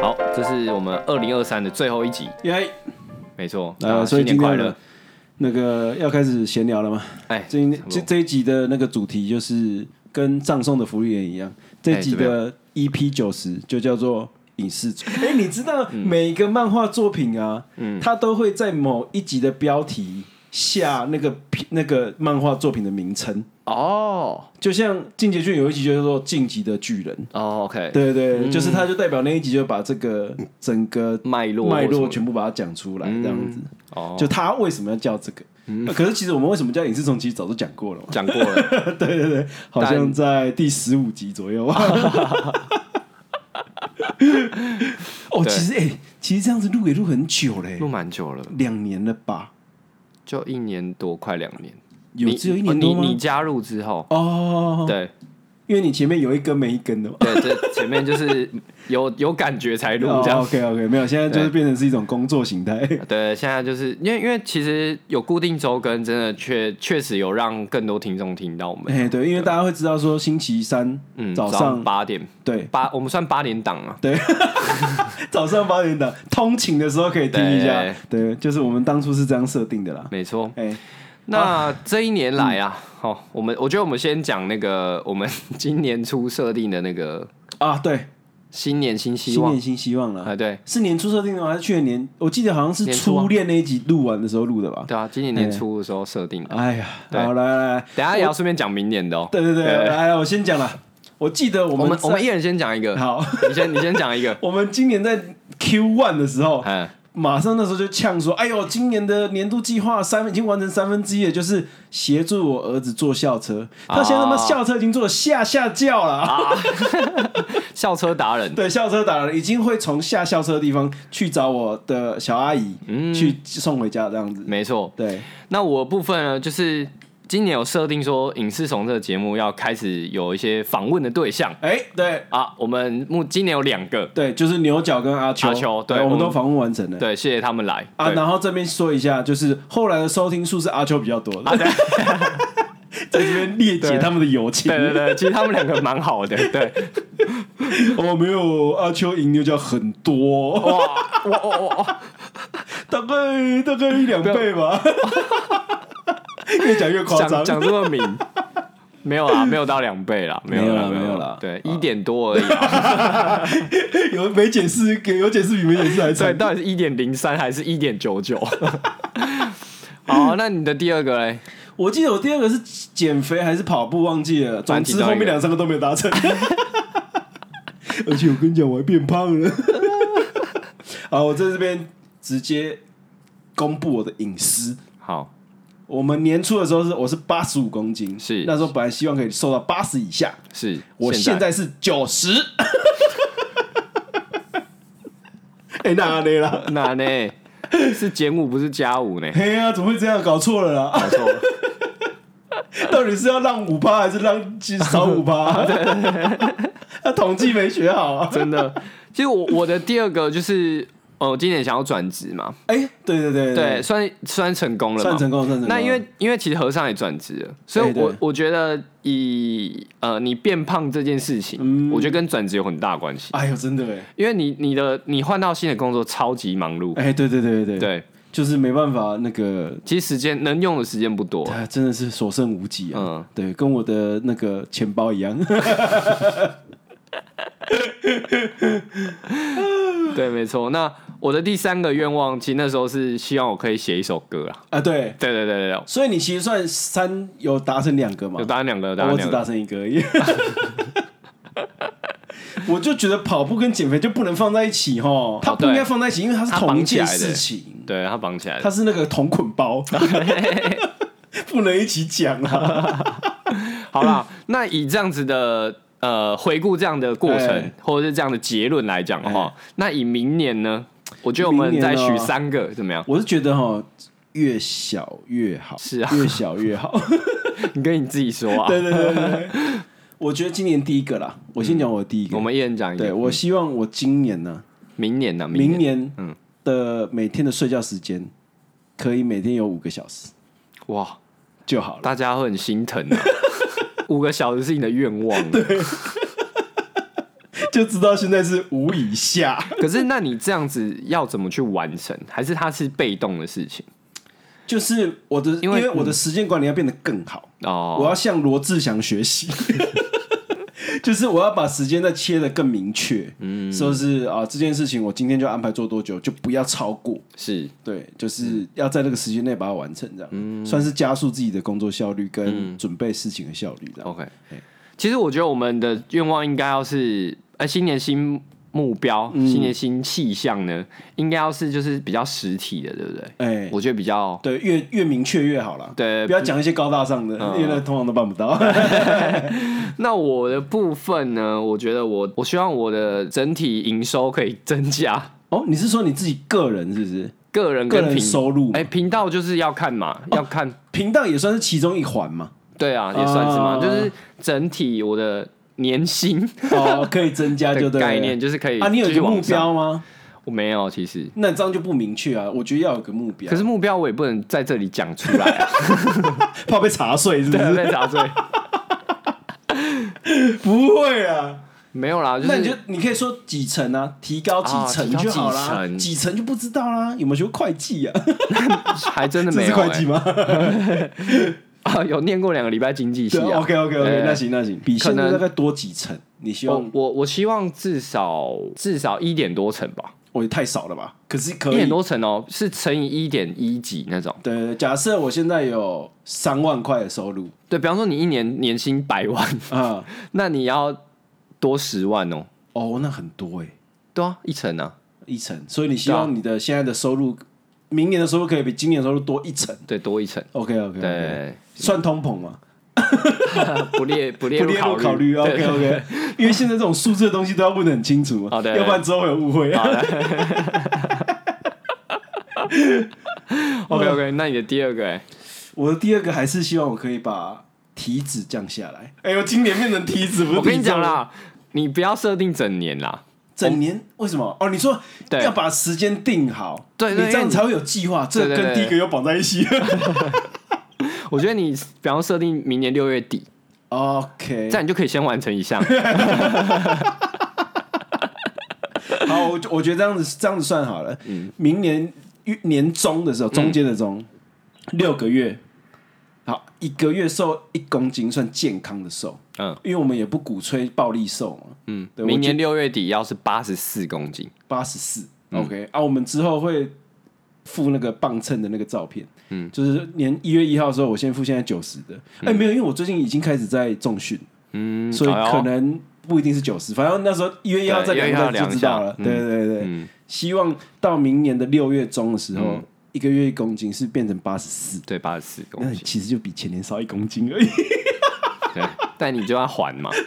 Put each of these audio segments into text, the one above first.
好，这是我们二零二三的最后一集，耶！没错。那呃，所以啊新年今天快我乐们！那个要开始闲聊了吗？哎，今差不这多这一集的那个主题就是跟葬送的福利人一样，这一集哎怎么的 EP 九十就叫做影视组。哎、你知道每一个漫画作品啊，嗯它都会在某一集的标题下那个那个漫画作品的名称，哦就像进阶剧有一集就叫做《晋级的巨人》。哦，OK，对对，对就是它就代表那一集就把这个整个脉络脉或什么络的全部把它讲出来，这样子。哦，嗯就他为什么要叫这个？呃可是其实我们为什么叫影视重其实早就讲 过了嘛，讲过 了，对对对，好像在第十五集左 右。 哦，对其实哎、其实这样子录也录很久嘞、录蛮久了，两年了吧？就一年多，快两年。有你只有一年多你吗你？加入之后，哦，对因为你前面有一根没一根的嘛。对，这前面就是 有有感觉才录这样哦、。OK OK，没有，现在就是对变成是一种工作形态。 对，现在就是因为因为其实有固定周更，真的确确实有让更多听众听到我们。哎、对，因为大家会知道说星期三嗯，早上上，八点对八，我们算八点档啊。对，早上八点档通勤的时候可以听一下。对，就是我们当初是这样设定的啦。没错，哎、那这一年来啊，好、我们我觉得我们先讲那个 我们今年初设定的那个啊，对，新年新希新望年新希望了。啊，对是年初设定的吗？还是去年年？我记得好像是年初啊初恋那一集录完的时候录的吧？对啊，今年年初的时候设定的。哎呀，对好来来来，等一下也要顺便讲明年的哦。对对对，对来来，我先讲了。我记得我我们在我们一人先讲一个，好，你先你先讲 ，一个我们今年在 Q one 的时候，嗯，马上那时候就呛说：“哎呦，今年的年度计划三已经完成三分之一了，就是协助我儿子坐校车。他现在他妈啊校车已经坐下下轿了。”校车达人， 对，校车打了，已经会从下校车的地方去找我的小阿姨，嗯去送回家这样子。没错。对，那我的部分呢，就是今年有设定说影视从这个节目要开始有一些访问的对象哎、对啊，我们目今年有两个，对，就是牛角跟阿秋，阿秋对我我们们都访问完成了。对，谢谢他们来啊，对然后这边说一下，就是后来的收听数是阿秋比较多的，啊对 在这边列解对他们的友情对。对对，其实他们两个蛮好的，对，哦，没有阿秋赢牛角很多、哇哇哇哇哇，大概大概一两倍吧。 越讲越夸张讲，讲这么明，没有啊啦，没有到两倍啦，有啦，没有啦有没有啦对，一点多而已 啊，有没解释，给有解释比没解释还对，惨。到底是一点零三还是一点九 九？好，那你的第二个嘞？我记得我第二个是减肥还是跑步，忘记了。反总正其之中一个后面两三个都没有达 成。而且我跟你讲，我还变胖了。 好，我在这边直接公布我的隐私。好，我们年初的时候是我是八十五公斤，是那时候本来希望可以瘦到八十以下，是我现在是九 十。哎，那嘞啦，哪呢？是减五不是加五呢？嘿呀、啊，怎么会这样？搞错了啦！搞错了， 到底是要让五趴还是让其实少五趴？ 他统计没学好啊！真的。其实我我的第二个就是，呃，我今年想要转职嘛，哎、对对对对，，算算成功了嘛，嗯算成功，算成功。那因为因为其实和尚也转职了，所以哎对我对我觉得以呃你变胖这件事情，嗯我觉得跟转职有很大关系，哎呦，真的哎，因为你你的你换到新的工作超级忙碌，哎、对对对对，对，就是没办法，那个其实时间能用的时间不多，他真的是所剩无几啊。嗯对，跟我的那个钱包一样。 对，没错。那我的第三个愿望，其实那时候是希望我可以写一首歌啊，啊，对，对对对对对，所以你其实算三有达成两个嘛有，答案两个，有答案我只两达个，成一个而已。 我就觉得跑步跟减肥就不能放在一起哈，它不应该放在一起，因为它是哦它同一绑起件来的事情。对他绑起来了它。是那个同捆 包，不能一起讲啊。好啦，那以这样子的呃回顾这样的过程，哎或者是这样的结论来讲的话，那以明年呢，我觉得我明们年再许哦三个怎么样？ 我是觉得哈，越小越好，是啊越小越好。你跟你自己说啊， 对对对对，对我觉得今年第一个啦，我先讲我第一个。我们一人讲一个。对我希望我今年呢，明年呢、明嗯明年年嗯的每天的睡觉时间可以每天有五个小时，哇，就好了。大家会很心疼啊。五个小时是你的愿望啊， 就知道现在是五以下，可是那你这样子要怎么去完成？还是它是被动的事情？就是我的，因为为嗯我的时间管理要变得更好，我哦，要向罗志祥学习。 就是我要把时间再切得更明确，嗯，说是啊这件事情我今天就安排做多久，就不要超过，是对，嗯就是要在这个时间内把它完成，这样、算是加速自己的工作效率嗯跟准备事情的效率，这样、 OK。其实我觉得我们的愿望应该要是，呃，新年新目标、新年新气象呢，应该要是就是比较实体的，对不对？哎我觉得比较对，越越明确越好啦。对嗯不。要讲一些高大上的，因为那通常都办不 到。 那我的部分呢，我觉得我我希望我的整体营收可以增加， 哦，你是说你自己个人是不是？个人哦个跟人频收入嘛哎，频道就是要看嘛，要看。频道也算是其中一环嘛？对啊，也算是嘛，啊就是整体我的年薪哦，可以增加 的就对了概念，就是可以啊。你有继一续个目往上？标吗？我没有，其实。那这样就不明确啊。我觉得要有个目标，可是目标我也不能在这里讲出来啊，怕被查税是 不对，是？被查罪。不会啊。没有啦，就那你就是你可以说几成啊，提高几啊成提高就好几啦，成几成就不知道啦。有没有学过会计啊？还真的 这没是有、会欸、计吗？啊， 有念过两个礼拜经济系对啊。 ，OK OK OK，哎那行那行，比可现能哦在大概多几成？你希我望我我希望至少至少一点多层吧，我也太少了吧？可是可一点以。多层哦、是乘以一点一几那种。对，假设我现在有三万块的收入对，比方说你一年年薪百万， 啊，那你要多十万哦、哦，那很多哎，对啊，一层啊，一成。所以你希望你的现在的收入，明年的收入可以比今年的收入多一成对，多一层。 ？OK OK，，对，算通膨吗？不 列不列不入列入考考虑。对 OK OK，因为现在这种数字的东西都要问的很清楚嘛好，的要不然之后会有误会。啊 OK OK，那你的第二个哎、我的第二个还是希望我可以把体脂降下来。哎呦，今年变成体脂，不是我跟你体重讲了啦，你不要设定整年啦，整年为什么？哦，你说对要把时间定好，对对你这因为样你才会有计划，这对对对跟第一个又绑在一起。我觉得你比方设定明年六月底， OK，这样你就可以先完成一 项。好，我就我觉得这样子这样子算好了。明年月年中的时候，中间的中六个月，好，一个月瘦一公斤算健康的瘦，嗯因为我们也不鼓吹暴力瘦嘛。嗯，对我明年六月底要是八十四公斤，八十四，OK 嗯啊，我们之后会附那个磅秤的那个照片，嗯，就是年一月一号的时候，我先附现在九十的，哎、没有，因为我最近已经开始在重训，嗯，所以哎呦可能不一定是九十，反正那时候一月一号再对1月1量号一下就知道了，量对一下对对，嗯希望到明年的六月中的时候，一个月一公斤是变成八十四。对八十四公那斤，其实就比前年少一公斤而已，对，但你就要还嘛。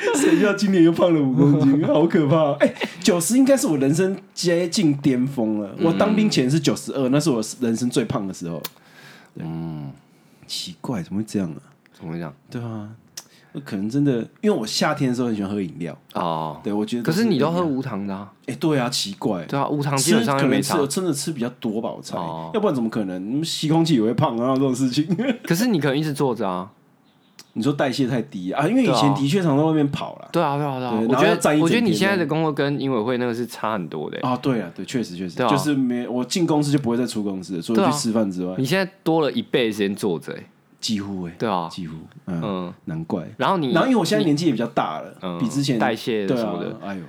谁知道今年又胖了五公斤，好可 怕！哎、九十应该是我人生接近巅峰嗯了。我当兵前是九十二，那是我人生最胖的时候。嗯，奇怪，怎么会这样啊？怎么会这样？对啊，我可能真的，因为我夏天的时候很喜欢喝饮料，哦，对我觉得。可是你都喝，无糖的啊？哎、对啊，奇怪，对啊，无糖基吃本上可就没能差吃。真的吃比较多吧，我猜，哦要不然怎么可能吸空气也会胖啊？这种事情， 可是你可能一直坐着啊。你说代谢太低啊？因为以对啊前的确常在外面跑啦。对啊，对啊，对啊。对我觉然后要站得一我觉得整你天现在的工作跟英委会那个是差很多的欸。啊，对啊，对，确实确实，对啊就是没我进公司就不会再出公司了，除对啊了去吃饭之外，你现在多了一倍的时间坐着欸。几乎哎、对啊，几乎，嗯，嗯。难怪。然后你，然后因为我现在年纪也比较大了，嗯比之前代谢对什啊么的，哎呦，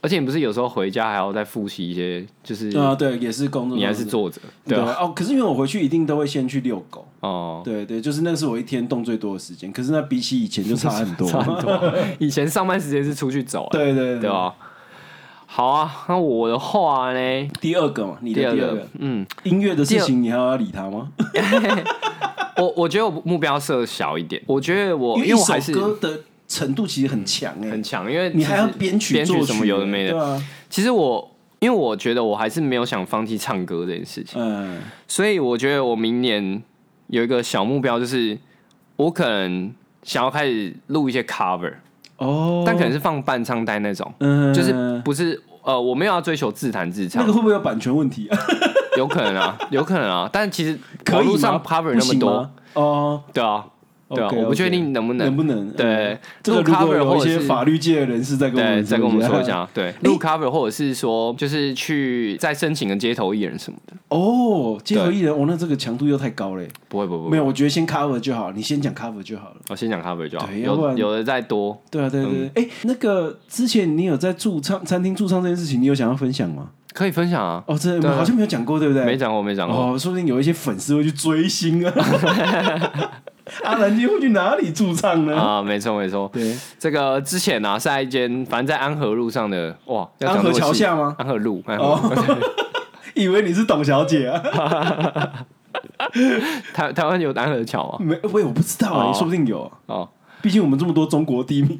而且你不是有时候回家还要再复习一些，就是对啊，对，也是工作，你还是坐着，对对啊，啊哦。可是因为我回去一定都会先去遛狗，哦， 对对，就是那是我一天动最多的时间。可是那比起以前就差很 多，差很多。以前上班时间是出去走，欸对对对。啊吧？好啊，那我的话呢？第二个嘛，你的第二个个， 嗯，音乐的第事二哦情，你还要理他吗？ 我我觉得我目标设小一点，我觉得我因为因一为我还是首歌的程度其实很强哎很，强，因为你还要其实编曲编曲作什么有的没的对。啊，其实我因为我觉得我还是没有想放弃唱歌这件事情，嗯，所以我觉得我明年有一个小目标，就是我可能想要开始录一些 cover，哦，但可能是放伴唱带那种。嗯，就是不是呃，我没有要追求自弹自 那唱个，会不会有版权问题啊？ 有可能啊，有可能啊。但其实可网以络上吗 cover 不那么行多吗，哦，对啊，对啊， OK，我不确 OK 定能不能能不能？对嗯这个录如果 cover 有一或者些是法律界的人士在跟我对，们。再跟我们说一下，对， 录 cover 或者是说，就是去再申请个街头艺人什么的， 哦，街头对艺人，哦，那这个强度又太高嘞。不会，不会，不没会，有，我觉得先 cover 就好，你先讲 cover 就好了。我先讲 cover 就好，对要不有然有的再多，对啊，对嗯对对。哎、那个之前你有在驻唱餐厅驻唱这件事情，你有想要分享吗？可以分享啊，哦，真对的啊好像没有讲过，对不对？没讲过，没讲过，哦，说不定有一些粉丝会去追星 啊。阿兰今天会去哪里驻唱呢？啊，没错没错，对，这个之前啊，是在一间反正在安和路上的哇，要讲安和那么细桥下吗安和路，安和路 哦，以为你是董小姐啊？台台湾有安和桥吗？没，喂，我不知道、啊，哦说不定有、 哦毕竟我们这么多中国 地名，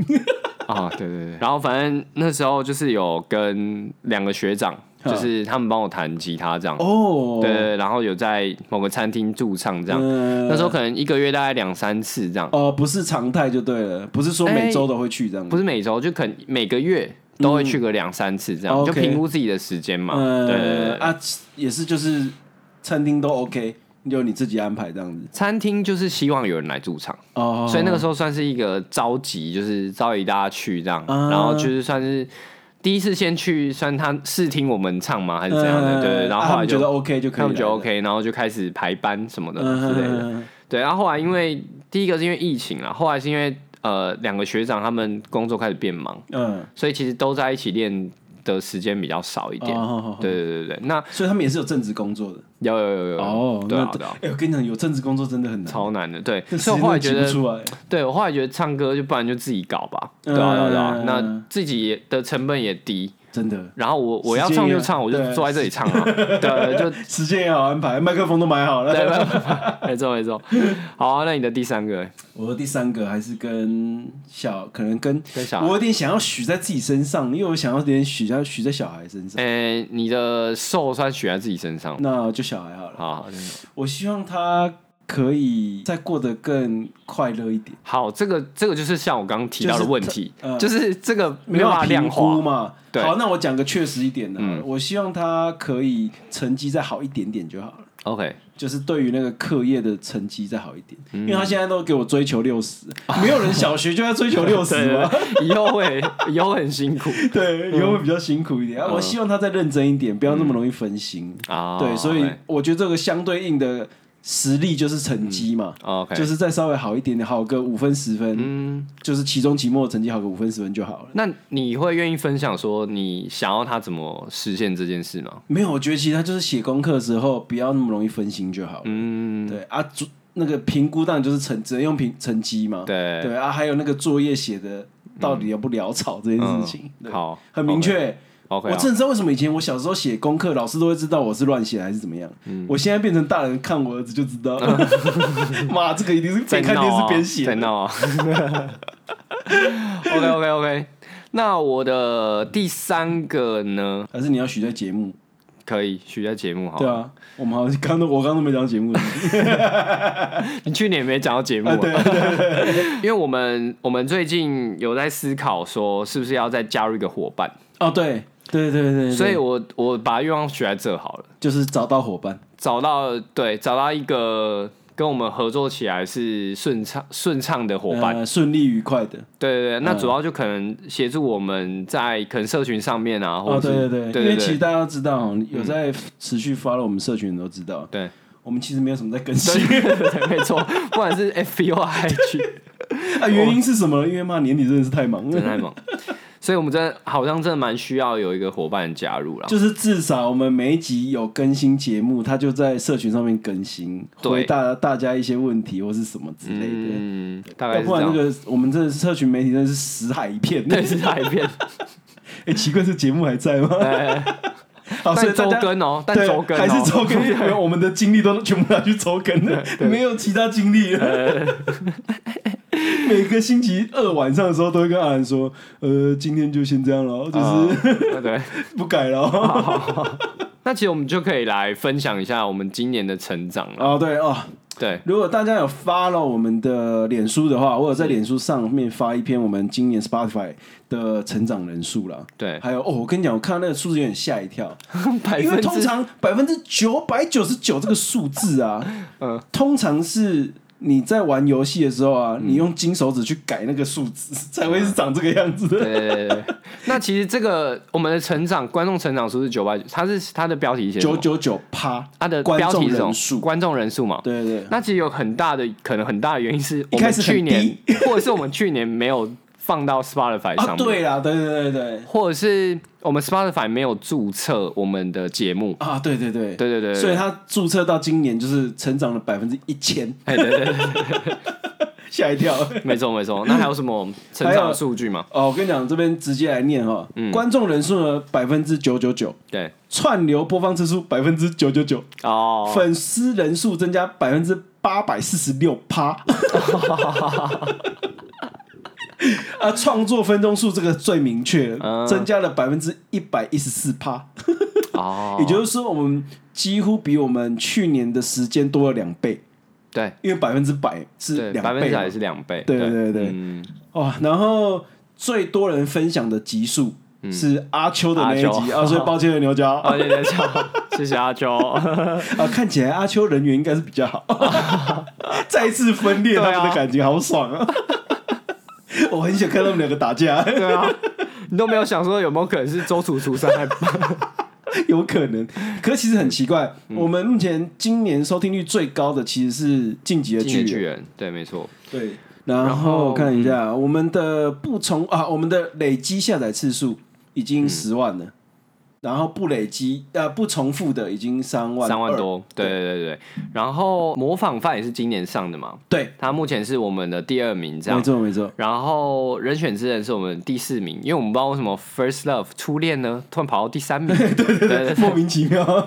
啊，对对对，然后反正那时候就是有跟两个学长，嗯就是他们帮我弹吉他这样，哦，对对，对然后有在某个餐厅驻唱这样，呃那时候可能一个月大概两三次这样，哦，不是常态就对了，不是说每周都会去这样，哎不是每周，就可能每个月都会去个两三次这样，嗯就 OK 评估自己的时间嘛。呃对对对对啊，也是就是餐厅都 OK，就你自己安排这样子餐厅就是希望有人来驻场，哦所以那个时候算是一个召集，就是召集大家去这样，啊然后就是算是第一次先去，算他试听我们唱吗，还是怎样的？呃对对，然后啊后他来们就觉得 OK 就可以了，他们觉得 OK，然后就开始排班什么的嗯之类的。嗯嗯对，然后后来因为第一个是因为疫情啊，后来是因为呃两个学长他们工作开始变忙，嗯，所以其实都在一起练的时间比较少一点。哦好好好对对对对，那所以他们也是有正职工作的有有有有哦，对啊那对啊，哎，我跟你讲，有正职工作真的很难，超难的，对。这所以时我后来间觉挤不得，出来，对我后来觉得唱歌就不然就自己搞吧，对嗯啊对啊对啊嗯，那自己的成本也低，真的。然后我我要时间唱也就唱，我就对坐在这里唱 啊，对，就时间也好安排，麦克风都买好了。对没错没错没错。好啊，那你的第三个我的第三个还是跟小，可能跟跟小孩我有点想要许在自己身上，因为我想要有点许要许在小孩身上，诶，你的受算许在自己身上，啊那就小孩好了。好我希望他可以再过得更快乐一点，好，这个这个就是像我刚刚提到的问题就是，特就是这个没有办法量评估化，嘛。对嗯好，那我讲个确实一点的好了、我希望他可以成绩再好一点点就好了。 OK，就是对于那个课业的成绩再好一点，嗯因为他现在都给我追求六十，没有人小学就在追求六十对 嘛，对对以后会以后很辛 苦 对，嗯以后会比较辛苦一点。啊我希望他再认真一点，不要那么容易分心。啊。对，所以我觉得这个相对应的实力就是成绩嘛，嗯哦 OK，就是再稍微好一点点，好个五分十分，嗯，就是期中期末成绩好个五分十分就好了。那你会愿意分享说你想要他怎么实现这件事吗？没有，我觉得其实他就是写功课的时候不要那么容易分心就好了。嗯，对啊，主那个评估当然就是成只能用评成绩嘛。对，对啊，还有那个作业写的到底潦不潦草这件事情，嗯对好，很明确。 OK，OK 我啊。真的知道为什么以前我小时候写功课，老师都会知道我是乱写还是怎么样。嗯我现在变成大人看我儿子就知道， 妈，这个一定是在边看电视边写在的。闹啊。OK OK OK，那我的第三个呢，还是你要许在节目？可以许在节目好对了。啊，我们好像刚都我刚都没讲节目啊，你去年也没讲到节目、对啊啊，对 啊因为我们我们最近有在思考说，是不是要再加入一个伙伴，哦对对对对对，所以我我把愿望许在这好了，就是找到伙伴，找到对找到一个跟我们合作起来是顺畅顺畅的伙伴，呃顺利愉快的。对对对，那主要就可能协助我们在可能社群上面啊，哦或者对是、对对对，因为其对嗯实大家都知道哦，有在持续发了我们社群的都知道，对。我们其实没有什么在更新对， 没错，不管是 F U 或 I G， 啊，原因是什么呢？因为嘛年底真的是太忙了真的。太猛，所以我们真的好像真的蛮需要有一个伙伴加入啦。就是至少我们每一集有更新节目，它就在社群上面更新，对回答大家一些问题或是什么之类的。嗯，大概要是不这然那样。个我们这社群媒体真的是死海一片。对，是海片， 哎，奇怪，这节目还在吗？ 好，所以但大周家更哦，但对周更哦，还是周 更，因为我们的精力都全部拿去周更了，没有其他精力了。呃 每个星期二晚上的时候，都会跟阿兰啊 说：“呃，今天就先这样了，就是啊对，不改了。那其实我们就可以来分享一下我们今年的成长了。哦，对哦，对，如果大家有 follow 我们的脸书的话，我有在脸书上面发一篇我们今年 Spotify 的成长人数啦。对还有哦，我跟你讲，我看到那个数字有点吓一跳， 百因为分通之常百分之九百九十九这个数字啊， 嗯通常是你在玩游戏的时候嗯啊，你用金手指去改那个数字， 才会是长这个样子的。对对对对对。那其实这个我们的成长，观众成长数是九百，它是它的标题写什九么九九趴，它的观标众题是什人么？数，观众人数嘛。对对对，那其实有很大的可能，很大的原因是我一开们始很去年低 或者是我们去年没有放到 Spotify 上面，啊，对啦，对对对对，或者是我们 Spotify 没有注册我们的节 目。啊，对对对对对对，对所以他注册到今年就是成长了百分之一千，哎 对对对， 吓一跳。没错没错。那还有什么成长的数据吗？哦，我跟你讲，这边直接来念哈，嗯观众人数呢百分之九九九，对串流播放次数百分之九九九，哦，粉丝人数增加百分之八百四十六 趴。啊，创作分钟数这个最明确了，嗯增加了百分之一百一十四趴，哦，也就是说，我们几乎比我们去年的时间多了两倍，对因为百分之百是对，两百分倍之嘛，百是两倍，对对对嗯哦，然后最多人分享的集数是阿秋的那一嗯阿集秋啊，所以抱歉了 牛角啊哦，，谢谢秋，谢谢阿秋。看起来阿秋人缘应该是比较好， 再次分裂他对们的啊感情，好爽啊！ 我很想看他们两个打 架，对啊，你都没有想说有没有可能是周楚楚 伤害？有可能。可是其实很奇怪，嗯我们目前今年收听率最高的其实是《晋级的巨进人》巨人，对，没错，对，然后看一下我们的不重啊，我们的累积下载次数已嗯经十万了，然后不累积呃不重复的已经三万三万二多，对对对对。然后模仿犯也是今年上的嘛，对，他目前是我们的第二名，这没样。错没错，然后人选之人是我们第四名，因为我们不知道为什么 First Love 初恋呢，突然跑到第三名。 对对对莫名其妙，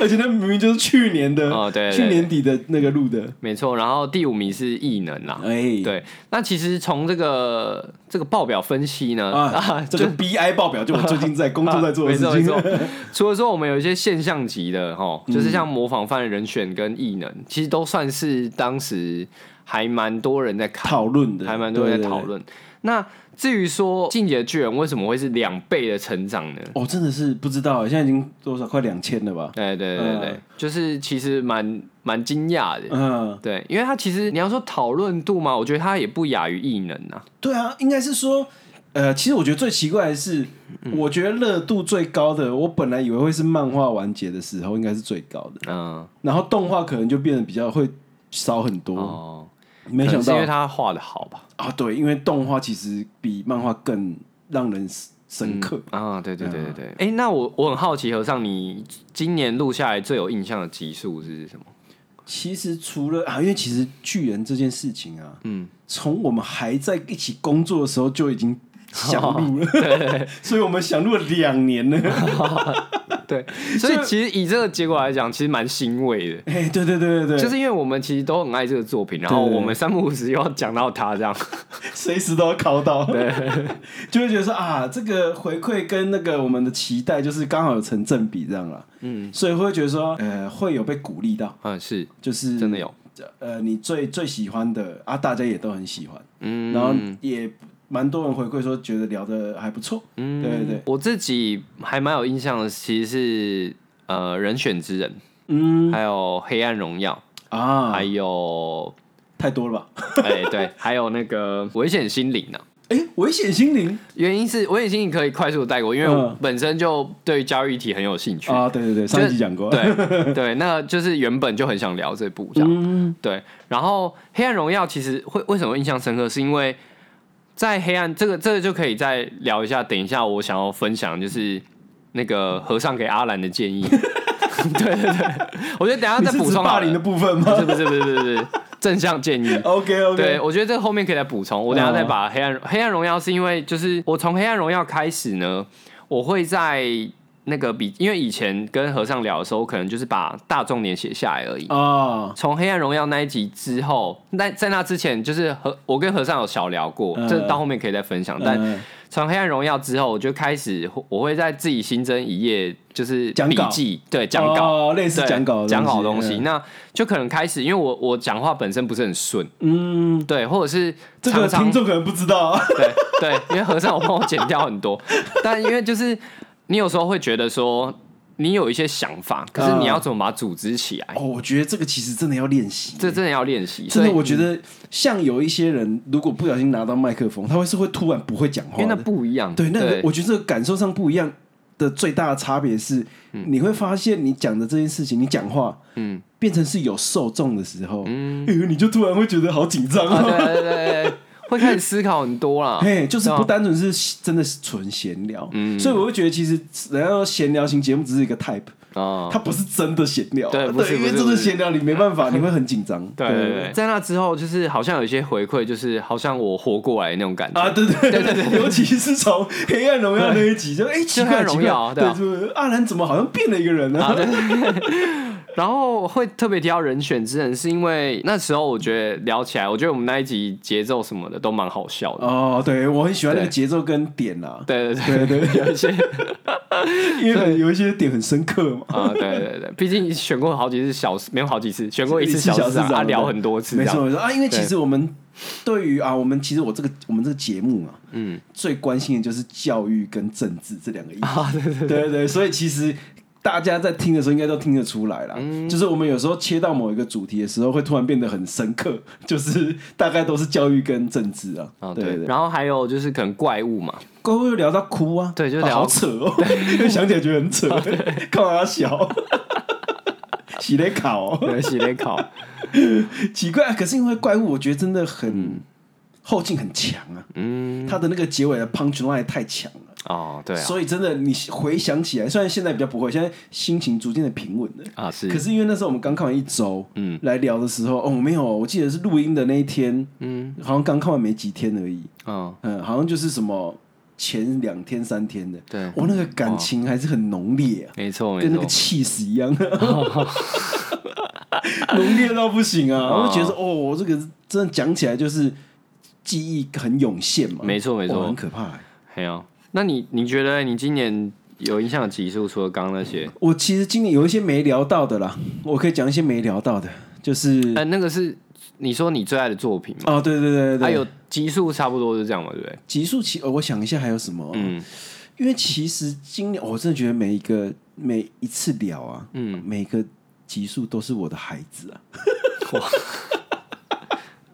而且那明明就是去年的，哦对对去年底的那个录的，没错。然后第五名是异能啦。哎，对，那其实从这个这个报表分析呢， 啊，这个 BI 报表就我最近在工作在做的事啊没错情，没错除了说我们有一些现象级的哈，就是像模仿犯人选跟异能，其实都算是当时还蛮多人在看，讨论的还蛮多人在对对对讨论。那至于说《进击的巨人》为什么会是两倍的成长呢？哦，真的是不知道，现在已经多少快两千了吧？对对对对，嗯就是其实蛮蛮惊讶的。嗯，对，因为它其实你要说讨论度嘛，我觉得它也不亚于异能啊。对啊，应该是说，呃，其实我觉得最奇怪的是，我觉得热度最高的，我本来以为会是漫画完结的时候应该是最高的，嗯，然后动画可能就变得比较会少很多，哦，没想可能是因为到他画的好吧？啊，对，因为动画其实比漫画更让人深刻。啊，对对对对对。哎、那我我很好奇，和尚，你今年录下来最有印象的集数是 什么？其实除了啊，因为其实巨人这件事情啊，嗯，从我们还在一起工作的时候就已经想录 了， 所以我们想录了两年了。 对， 所以其实以这个结果来讲，其实蛮欣慰的。哎、对对对对对，就是因为我们其实都很爱这个作品，然后对对对我们三不五时又要讲到他这样， 随时都要考到，对， 就会觉得说啊，这个回馈跟那个我们的期待就是刚好有成正比这样啦，嗯，所以会觉得说，呃，会有被鼓励到，嗯，是就是真的有，呃，你最最喜欢的啊，大家也都很喜欢，嗯，然后也蛮多人回馈说觉得聊的还不错，嗯，对对对，我自己还蛮有印象的，其实是呃《人选之人》，嗯还有《黑暗荣耀》，啊还，有太多了吧？哎、对，还有那个《危险心灵》呢。哎、危险心灵原因是我已经可以快速地带过，因为我嗯本身就对教育议题很有兴趣。啊，对对对，上一集讲过，对对，那就是原本就很想聊这部这样。嗯，对，然后《黑暗荣耀》其实会为什么印象深刻，是因为在黑暗这个这个就可以再聊一下。等一下我想要分享就是那个和尚给阿兰的建议。 对对对，我觉得等一下你再是补指充霸好凌的了。部 分不吗 是不是不是不是不是正向建议。 ？OK OK，对，我觉得这个后面可以再补充。我等哦一下再把黑暗、黑暗荣耀，是因为就是我从黑暗荣耀开始呢，我会在那个比，因为以前跟和尚聊的时候，可能就是把大重点写下来而已。啊，从黑暗荣耀那一集之后，那在那之前，就是和我跟和尚有小聊过，嗯这到后面可以再分享。但嗯从黑暗荣耀之后，我就开始我会在自己新增一页，就是讲笔稿记，对，讲稿，哦类似对讲稿的讲好东西，嗯那就可能开始，因为我我讲话本身不是很顺，嗯，对，或者是这常个常听众可能不知道， 对对，因为和尚我帮我剪掉很多，但因为就是你有时候会觉得说你有一些想法，可嗯是你要怎么把它组织起来，哦，我觉得这个其实真的要练习，这真的要练习。真所以的，我觉得像有一些人，如果不小心拿到麦克风，他会是会突然不会讲因为话那的。不一样，对，那个我觉得这个感受上不一样的最大的差别是，嗯你会发现你讲的这件事情，你讲话，嗯，变成是有受众的时候，嗯，你就突然会觉得好紧张啊，啊。对对对对对，会开始思考很多啦。嘿，就是对啊不单纯是真的是纯闲聊，嗯所以我会觉得其实人家说闲聊型节目只是一个 type，啊，它不是真的闲聊，啊对不是因为不是真不的是闲聊你没办法，你会很紧张， 对对对，在那之后就是好像有一些回馈，就是好像我活过来那种感觉啊，对对对对尤其是从《黑暗荣耀》那一集，就哎、奇黑怪暗奇荣怪耀，对对啊就是阿兰怎么好像变了一个人呢、啊，对。然后会特别提到人选之人，是因为那时候我觉得聊起来，我觉得我们那一集节奏什么的都蛮好笑的。 哦，对我很喜欢那个对节奏跟点啊，对对对对对， 有一些 因为可能有一些点很深刻嘛。啊，对对 对，毕竟选过好几次小事，没有好几次，选过一次小小事啊，市长啊聊很多次，没这样错没错啊，因为对其实我们对于啊，我们其实我这个我们这个节目啊，嗯，最关心的就是教育跟政治这两个议题，啊，对对对对对，所以其实。大家在听的时候应该都听得出来啦，嗯就是我们有时候切到某一个主题的时候，会突然变得很深刻，就是大概都是教育跟政治啊。啊对对。然后还有就是可能怪物 嘛， 怪物又聊到哭啊，对就啊聊啊好扯哦， 想起来觉得很扯， 干嘛小？ 洗雷卡哦，对，洗脸考，奇怪，可是因为怪物，我觉得真的很后劲很强啊，嗯，他的那个结尾的 punch line 太强了，哦，对啊，所以真的你回想起来，虽然现在比较不会，现在心情逐渐的平稳了。啊可是，是因为那时候我们刚看完一周，嗯，来聊的时候，哦，没有，我记得是录音的那一天，嗯，好像刚看完没几天而已，嗯，嗯，好像就是什么前两天三天的，对我、那个感情还是很浓烈、啊，没错没跟那个错，气势 一样，浓烈到不行啊！哦我就觉得说哦，我这个真的讲起来就是记忆很涌现嘛，没错没错哦很可怕欸、还有，那你你觉得你今年有印象的集数，除了刚刚那些，我其实今年有一些没聊到的啦，我可以讲一些没聊到的，就是呃，那个是你说你最爱的作品吗？哦，对对对对对，还有集数差不多就这样嘛，对不对？极速其、哦，我想一下还有什么？嗯，因为其实今年、哦我真的觉得每一个每一次聊啊，嗯，每个集数都是我的孩子啊。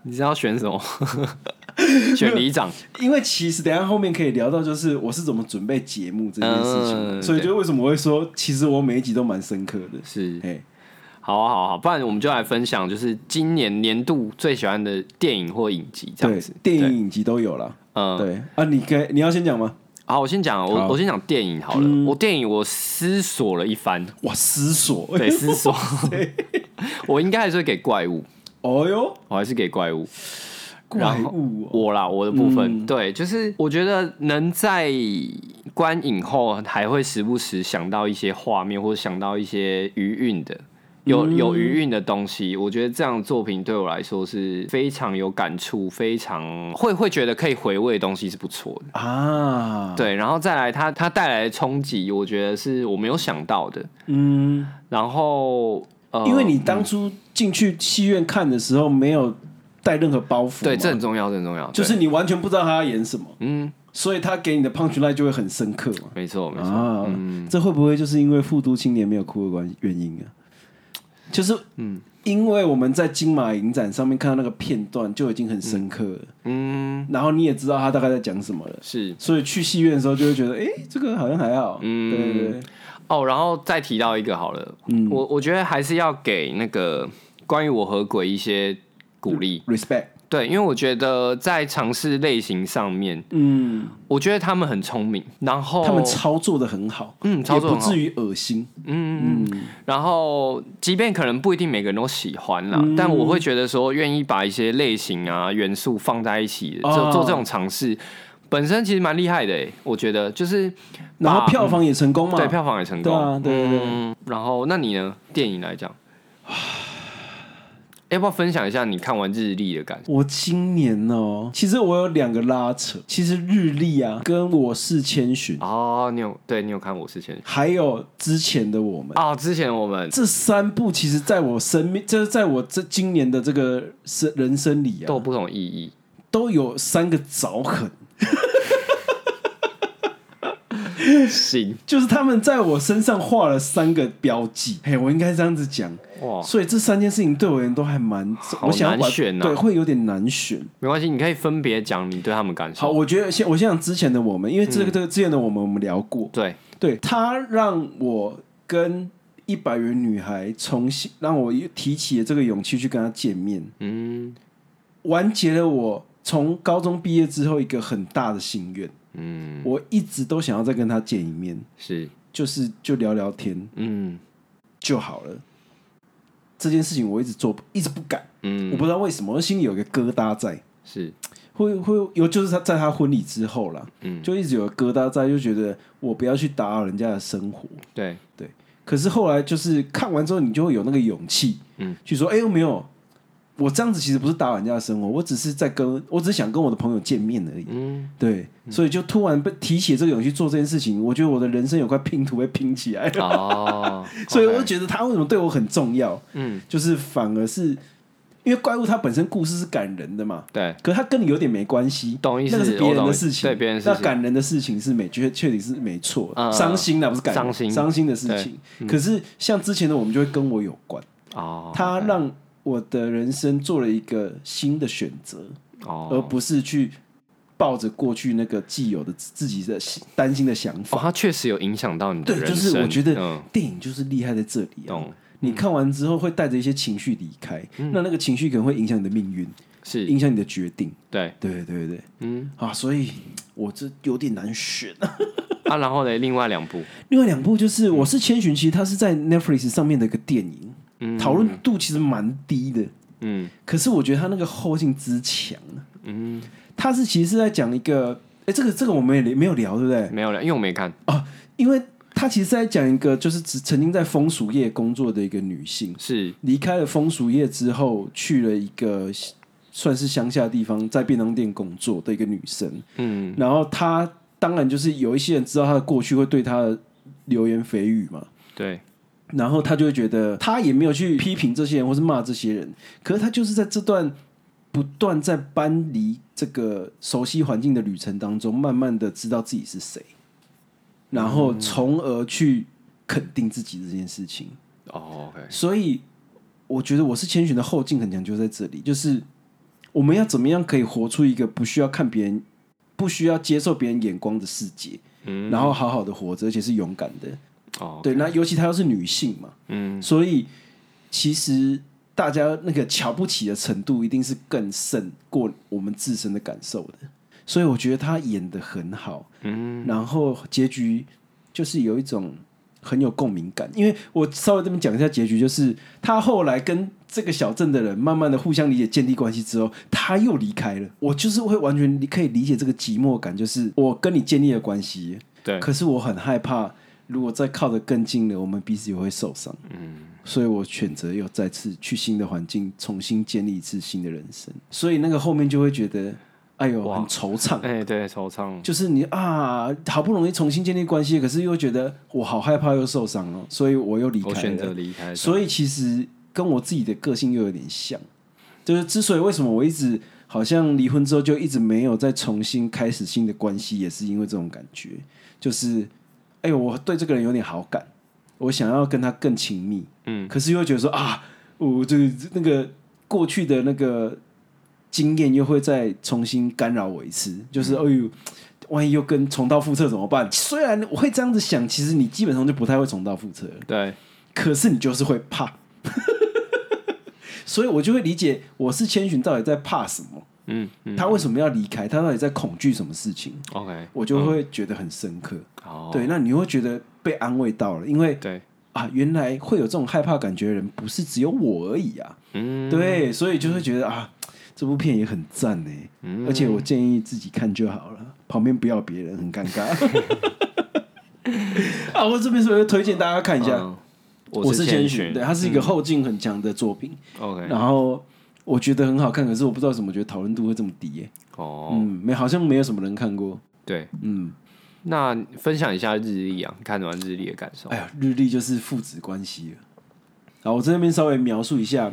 你知道选什么？ 选里长因为其实等一下后面可以聊到，就是我是怎么准备节目这件事情，嗯所以就为什么我会说，其实我每一集都蛮深刻的。是哎，好啊，好啊好啊，不然我们就来分享，就是今年年度最喜欢的电影或影集这样对子。，电对，影影集都有了。嗯，对啊，你该你要先讲吗？好，我先讲，啊好嗯我我先讲电影好了。我电影我思索了一 番，哇，思索，哎对， 思索， 我应该还是会给怪物，哦哟，我还是给怪物。怪然后物哦，我啦，我的部分，对，就是我觉得能在观影后还会时不时想到一些画面，或者想到一些余韵的。有嗯有余韵的东西，我觉得这样的作品对我来说是非常有感触，非常会会觉得可以回味的东西是不错嗯的。啊，，对，然后再来它它带来的冲击，我觉得是我没有想到的。嗯，然后呃，因为你当初进去戏院看的时候没有带任何包袱嘛，对这很重要，这很重要，啊就对是你完全不知道他要演什么，嗯，所以他给你的 punch line 就会很深刻嘛。没错没错。啊，嗯这会不会就是因为复读青年没有哭的关原因啊？就是嗯，因为我们在金马影展上面看到那个片段就已经很深刻了，嗯，然后你也知道他大概在讲什么了，是所以去戏院的时候就会觉得，哎、这个好像还好，嗯对对对，哦，然后再提到一个好了，嗯我我觉得还是要给那个关于我和鬼一些鼓励， ，respect，对，因为我觉得在尝试类型上面，嗯，我觉得他们很聪明，然后他们操作的很好，哦嗯操作也很不好至于恶心，嗯嗯嗯，然后即便可能不一定每个人都喜欢啦，嗯但我会觉得说愿意把一些类型啊元素放在一起，做、哦做这种尝试，本身其实蛮厉害的诶，我觉得就是然后把嗯票房也成功嘛，对票房也成功，对啊对对对嗯，然后那你呢？电影来讲， 要不要分享一下你看完日历的感受？我今年哦、其实我有两个拉扯，其实日历啊，跟我是千寻，哦，你有对你有看《我是前还有之前的我们。哦，之前我们这三部其实在我生命，就是在我这今年的这个生人生里都有啊，不同意义。都有三个凿痕，行就是他们在我身上画了三个标记。嘿，我应该这样子讲，哇，所以这三件事情对我而言都还蛮，哦好我想要把难选啊对，会有点难选。没关系，你可以分别讲你对他们感好，受。我觉得先我先讲之前的我们，因为嗯这个这个之前的我们我们聊过，对，对他让我跟一百元女孩重新让我又提起了这个勇气去跟她见面，嗯完结了我从高中毕业之后一个很大的心愿，嗯，我一直都想要再跟她见一面，是就是就聊聊天嗯就好了。这件事情我一直做不，一直不敢，我嗯不知道为什么，我心里有一个疙瘩在，是会会有就是他在他婚礼之后啦，嗯就一直有个疙瘩在，就觉得我不要去打扰人家的生活，对可是后来就是看完之后，你就会有那个勇气，嗯嗯，去说，哎、呦没有，我这样子其实不是打扰人家的生活，我只是在跟，我只是想跟我的朋友见面而已， 嗯对，所以就突然被提起这个勇气做这件事情，我觉得我的人生有块拼图被拼起 来，，哦所以我 OK 就觉得他为什么对我很重要，嗯就是反而是因为怪物它本身故事是感人的嘛。对可是它跟你有点没关系，懂意思那个是别我人懂的意思事情，对别人的事情那感人的事情是没确确定是没错嗯嗯，嗯伤、心的不是感人伤心嗯伤心的事情。可是像之前的我们就会跟我有关，哦，它让我的人生做了一个新的选择，而哦不是去抱着过去那个既有的自己的担心的想哦，法。它确实有影响到你的对，人就是我生觉得嗯电影就是厉害在这里、啊。懂嗯你看完之后会带着一些情绪离开，那那个情绪可能会影响你的命运，是影响你的决定。对对对对，嗯啊，所以我这有点难选。啊，然后呢，另外两部另外两部就是《我是千寻》，其实它是在 Netflix 上面的一个电影，嗯讨论度其实蛮低的，嗯可是我觉得它那个后劲之强啊，嗯它是其实是在讲一个，哎，这个这个我们也没有聊，对不对？没有了，因为我没看因为它其实是在讲一个就是只曾经在风俗业工作的一个女性，是离开了风俗业之后，去了一个算是乡下地方，在便当店工作的一个女生。嗯然后他当然就是有一些人知道他的过去，会对他的流言蜚语嘛。对然后他就会觉得他也没有去批评这些人或是骂这些人，可是他就是在这段不断在搬离这个熟悉环境的旅程当中，慢慢的知道自己是谁，然后从而去肯定自己这件事情。哦 OK 所以我觉得我是千寻的后劲很强，就在这里，就是我们要怎么样可以活出一个不需要看别人、不需要接受别人眼光的世界，嗯然后好好的活着，而且是勇敢的。哦对，那尤其她又是女性嘛，嗯所以其实大家那个瞧不起的程度，一定是更胜过我们自身的感受的。所以我觉得她演的很好，嗯然后结局就是有一种很有共鸣感，因为我稍微这么讲一下结局，就是他后来跟这个小镇的人慢慢的互相理解、建立关系之后，他又离开了。我就是会完全理可以理解这个寂寞感，就是我跟你建立了关系，对可是我很害怕，如果再靠得更近了，我们彼此也会受伤，嗯所以我选择又再次去新的环境，重新建立一次新的人生。所以那个后面就会觉得，哎呦，哇很惆怅。哎对惆怅就是你啊，好不容易重新建立关系，可是又觉得我好害怕又受伤了，所以我又离我开选择了。离开所以其实跟我自己的个性又有点像，就是之所以为什么我一直好像离婚之后就一直没有再重新开始新的关系，也是因为这种感觉，就是哎呦，我对这个人有点好感，我想要跟他更亲密，嗯可是又觉得说啊，我这个那个过去的那个经验又会再重新干扰我一次，就是、嗯哎呦，万一又跟重蹈覆辙怎么办？虽然我会这样子想，其实你基本上就不太会重蹈覆辙了，对可是你就是会怕， 所以我就会理解我是千寻到底在怕什么，嗯嗯他为什么要离开，他到底在恐惧什么事情， OK 我就会觉得很深刻。哦对，那你会觉得被安慰到了，因为对啊，原来会有这种害怕感觉的人，不是只有我而已啊。嗯对，所以就会觉得啊，这部片也很赞呢。嗯而且我建议自己看就好了，旁边不要别 人，很尴尬。啊，我这边是不是推荐大家看一下？嗯我是千寻，寻对，它是一个后劲很强的作品， OK 然后我觉得很好看，可是我不知道怎么觉得讨论度会这么低耶、哦，嗯，没好像没有什么人看过，对，嗯，那分享一下日历啊，看完日历的感受哎。呀，日历就是父子关系了。好，我在那边稍微描述一下，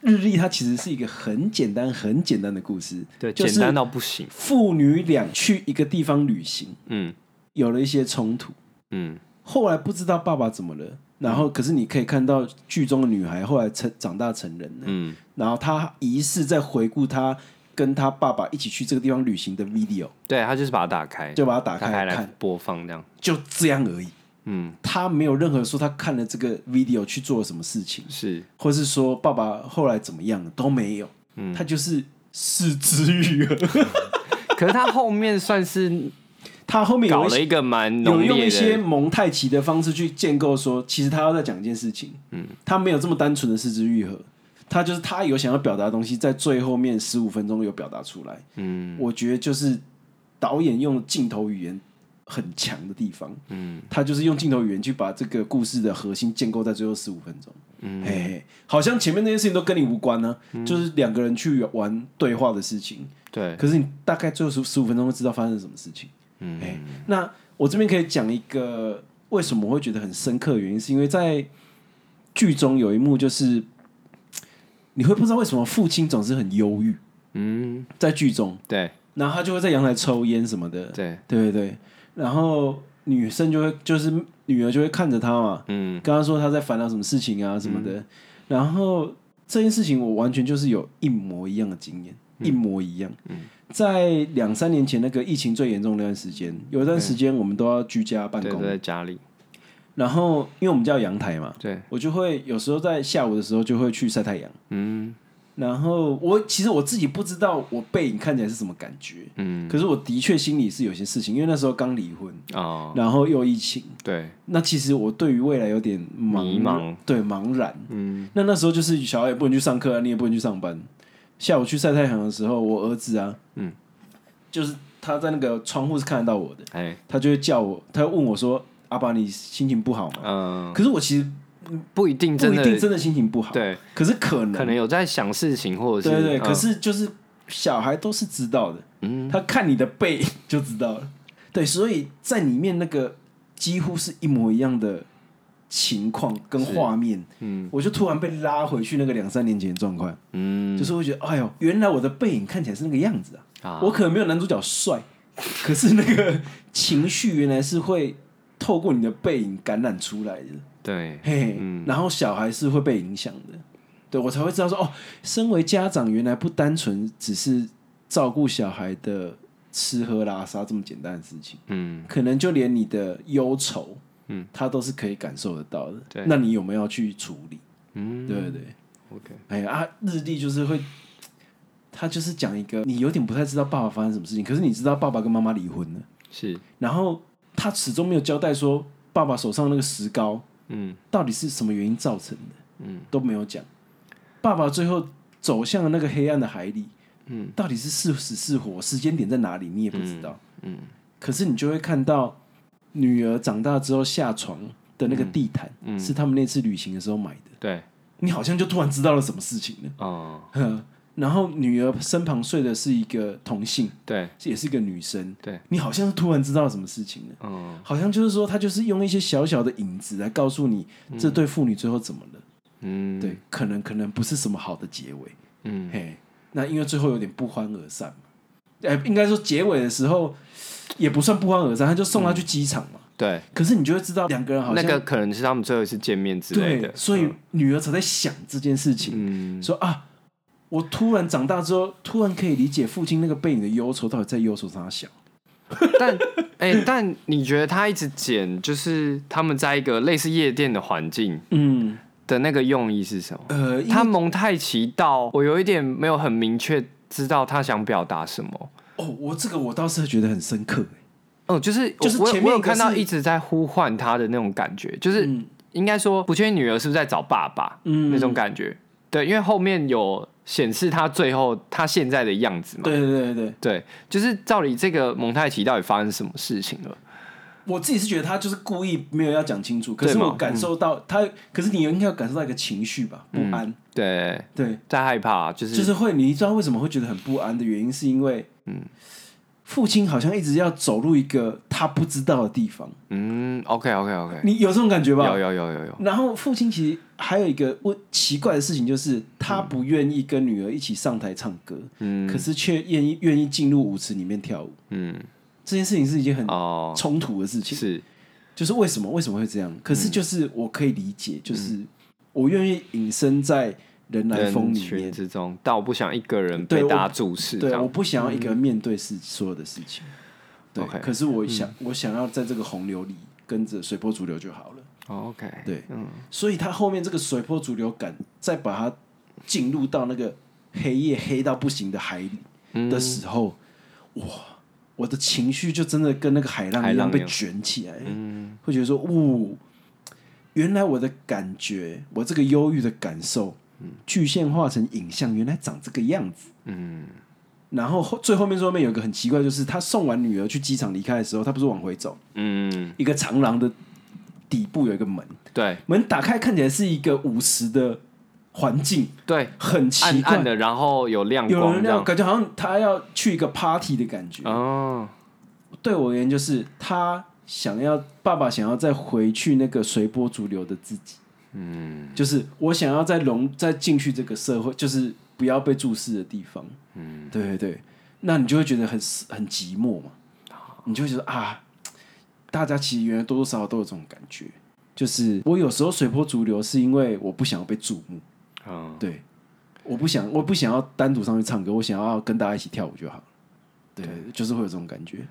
日历它其实是一个很简单、很简单的故事，对，就简是单到不行。父女俩去一个地方旅行，嗯有了一些冲突，嗯，后来不知道爸爸怎么了，然后可是你可以看到剧中的女孩后来成长大成人了，嗯，然后她疑似在回顾她跟她爸爸一起去这个地方旅行的 video，对他就是把它打开，就把它打打开开来来看，播放这样。就这样而已。嗯，她没有任何说她看了这个 video 去做了什么事情，是或是说爸爸后来怎么样了都没有，嗯她就是视之 愈合。可是他后面算是她后面有搞一了些一个蛮有浓用烈一些的，蒙太奇的方式去建构说，其实他要在讲一件事情，嗯，他没有这么单纯的四肢愈合，他就是他有想要表达的东西，在最后面十五分钟有表达出来，嗯，我觉得就是导演用镜头语言很强的地方，嗯，他就是用镜头语言去把这个故事的核心建构在最后十五分钟，嗯，嘿嘿，好像前面那些事情都跟你无关呢、就是两个人去玩对话的事情，嗯对，可是你大概最后十十五分钟会知道发生了什么事情。嗯，哎、那我这边可以讲一个为什么我会觉得很深刻的原因，是因为在剧中有一幕就是你会不知道为什么父亲总是很忧郁，嗯，在剧中，对然后他就会在阳台抽烟什么的，对，对对对，然后女生就会就是女儿就会看着他嘛，嗯跟他说他在烦恼什么事情啊什么的，然后这件事情我完全就是有一模一样的经验，嗯一模一样。在两三年前那个疫情最严重的那段时间，有一段时间我们都要居家办对，公都，在家里，然后因为我们家有阳台嘛，对，我就会有时候在下午的时候就会去晒太阳。嗯然后我其实我自己不知道我背影看起来是什么感觉，嗯，可是我的确心里是有些事情，因为那时候刚离婚，哦，然后又疫情，对，那其实我对于未来有点茫迷茫，对茫然。嗯那那时候就是小孩也不能去上课啊，你也不能去上班。下午去晒太阳的时候，我儿子啊，嗯，就是他在那个窗户是看得到我的，哎，他就会叫我，他会问我说：“阿爸，你心情不好吗？”嗯，可是我其实不一定真不一的，定真的心情不好，，对，可是可能，可能有在想事情，或者对是对对，嗯可是就是小孩都是知道的，嗯，他看你的背就知道了。对，所以在里面那个几乎是一模一样的情况跟画面，嗯我就突然被拉回去那个两三年前的状况，嗯就是会觉得，哎呦，原来我的背影看起来是那个样子啊！啊，我可能没有男主角帅，可是那个情绪原来是会透过你的背影感染出来的，对，嘿嘿，嗯然后小孩是会被影响的。对我才会知道说哦，身为家长原来不单纯只是照顾小孩的吃喝拉撒这么简单的事情，嗯可能就连你的忧愁，嗯，他都是可以感受得到的。对那你有没有去处理？嗯对不对？ ，OK，哎啊，日历就是会，他就是讲一个你有点不太知道爸爸发生什么事情，可是你知道爸爸跟妈妈离婚了，是，然后他始终没有交代说爸爸手上那个石膏嗯到底是什么原因造成的，嗯，都没有讲。爸爸最后走向了那个黑暗的海里，嗯，到底是是死是活，时间点在哪里，你也不知道。嗯可是你就会看到女儿长大之后下床的那个地毯，嗯是他们那次旅行的时候买的。对，你好像就突然知道了什么事情了。哦，哼 然后女儿身旁睡的是一个同性，对，也是一个女生。对，你好像是突然知道了什么事情了。嗯好像就是说，他就是用一些小小的影子来告诉你，这对父女最后怎么了。嗯，对，可能可能不是什么好的结尾。嗯，嘿，那因为最后有点不欢而散嘛，哎、应该说结尾的时候也不算不欢而散，他就送他去机场嘛。对，可是你就会知道两个人好嗯那像个可能是他们最后一次见面之类对的，，所以女儿才在想这件事情，嗯，说啊，我突然长大之后，突然可以理解父亲那个背影的忧愁到底在忧愁啥小。但哎、但你觉得他一直剪，就是他们在一个类似夜店的环境嗯，的那个用意是什么？呃，他他蒙太奇到我有一点没有很明确知道他想表达什么。哦，我这个我倒是觉得很深刻、欸哦、就是就是我我前有面我有一个看到是一直在呼唤他的那种感觉，就是嗯应该说不确定女儿是不是在找爸爸，嗯那种感觉。对，因为后面有显示他最后他现在的样子嘛。对对对对，对，就是照理这个蒙太奇到底发生什么事情了？我自己是觉得他就是故意没有要讲清楚，可是对嘛嗯我感受到他，可是你应该有感受到一个情绪吧，不安。对，对，在害怕，嗯就是就是会，你知道为什么会觉得很不安的原因，是因为，嗯，父亲好像一直要走入一个他不知道的地方，嗯，OK OK OK，你有这种感觉吧？有有有有有，然后父亲其实还有一个问奇怪的事情，就是他不愿意跟女儿一起上台唱歌，嗯可是却愿意愿意进入舞池里面跳舞。嗯，这件事情是一件很哦，冲突的事情，是，就是为什么为什么会这样？嗯可是就是我可以理解，就是我愿意隐身在人来疯人里群面，之中，但我不想一个人对被我大家注视，这对，我样，不想要一个人面对事所有的事情。对嗯 OK 嗯可是我想、我想要在这个洪流里跟着随波逐流就好了。哦 OK，对，所以他后面这个随波逐流感，再把它进入到那个黑夜黑到不行的海里嗯的时候，哇，我的情绪就真的跟那个海浪海一浪样一被样卷起来，嗯会觉得说，呜、原来我的感觉，我这个忧郁的感受，具现化成影像，原来长这个样子，嗯。然后后最后面最后面有一个很奇怪，就是他送完女儿去机场离开的时候，他不是往回走，嗯，一个长廊的底部有一个门，对门打开看起来是一个舞池的环境，对，很奇暗怪，暗的，然后有亮有光人这那种样，感觉好像他要去一个 party 的感觉。哦，对我而言，就是他想要爸爸想要再回去那个随波逐流的自己，嗯，就是我想要再融再进去这个社会，就是不要被注视的地方，嗯，对对对，那你就会觉得很很寂寞嘛，你就会觉得啊，大家其实原来多多少少都有这种感觉。就是我有时候随波逐流，是因为我不想要被注目，嗯，对，我不想，我不想要单独上去唱歌，我想要跟大家一起跳舞就好。对，就是会有这种感觉。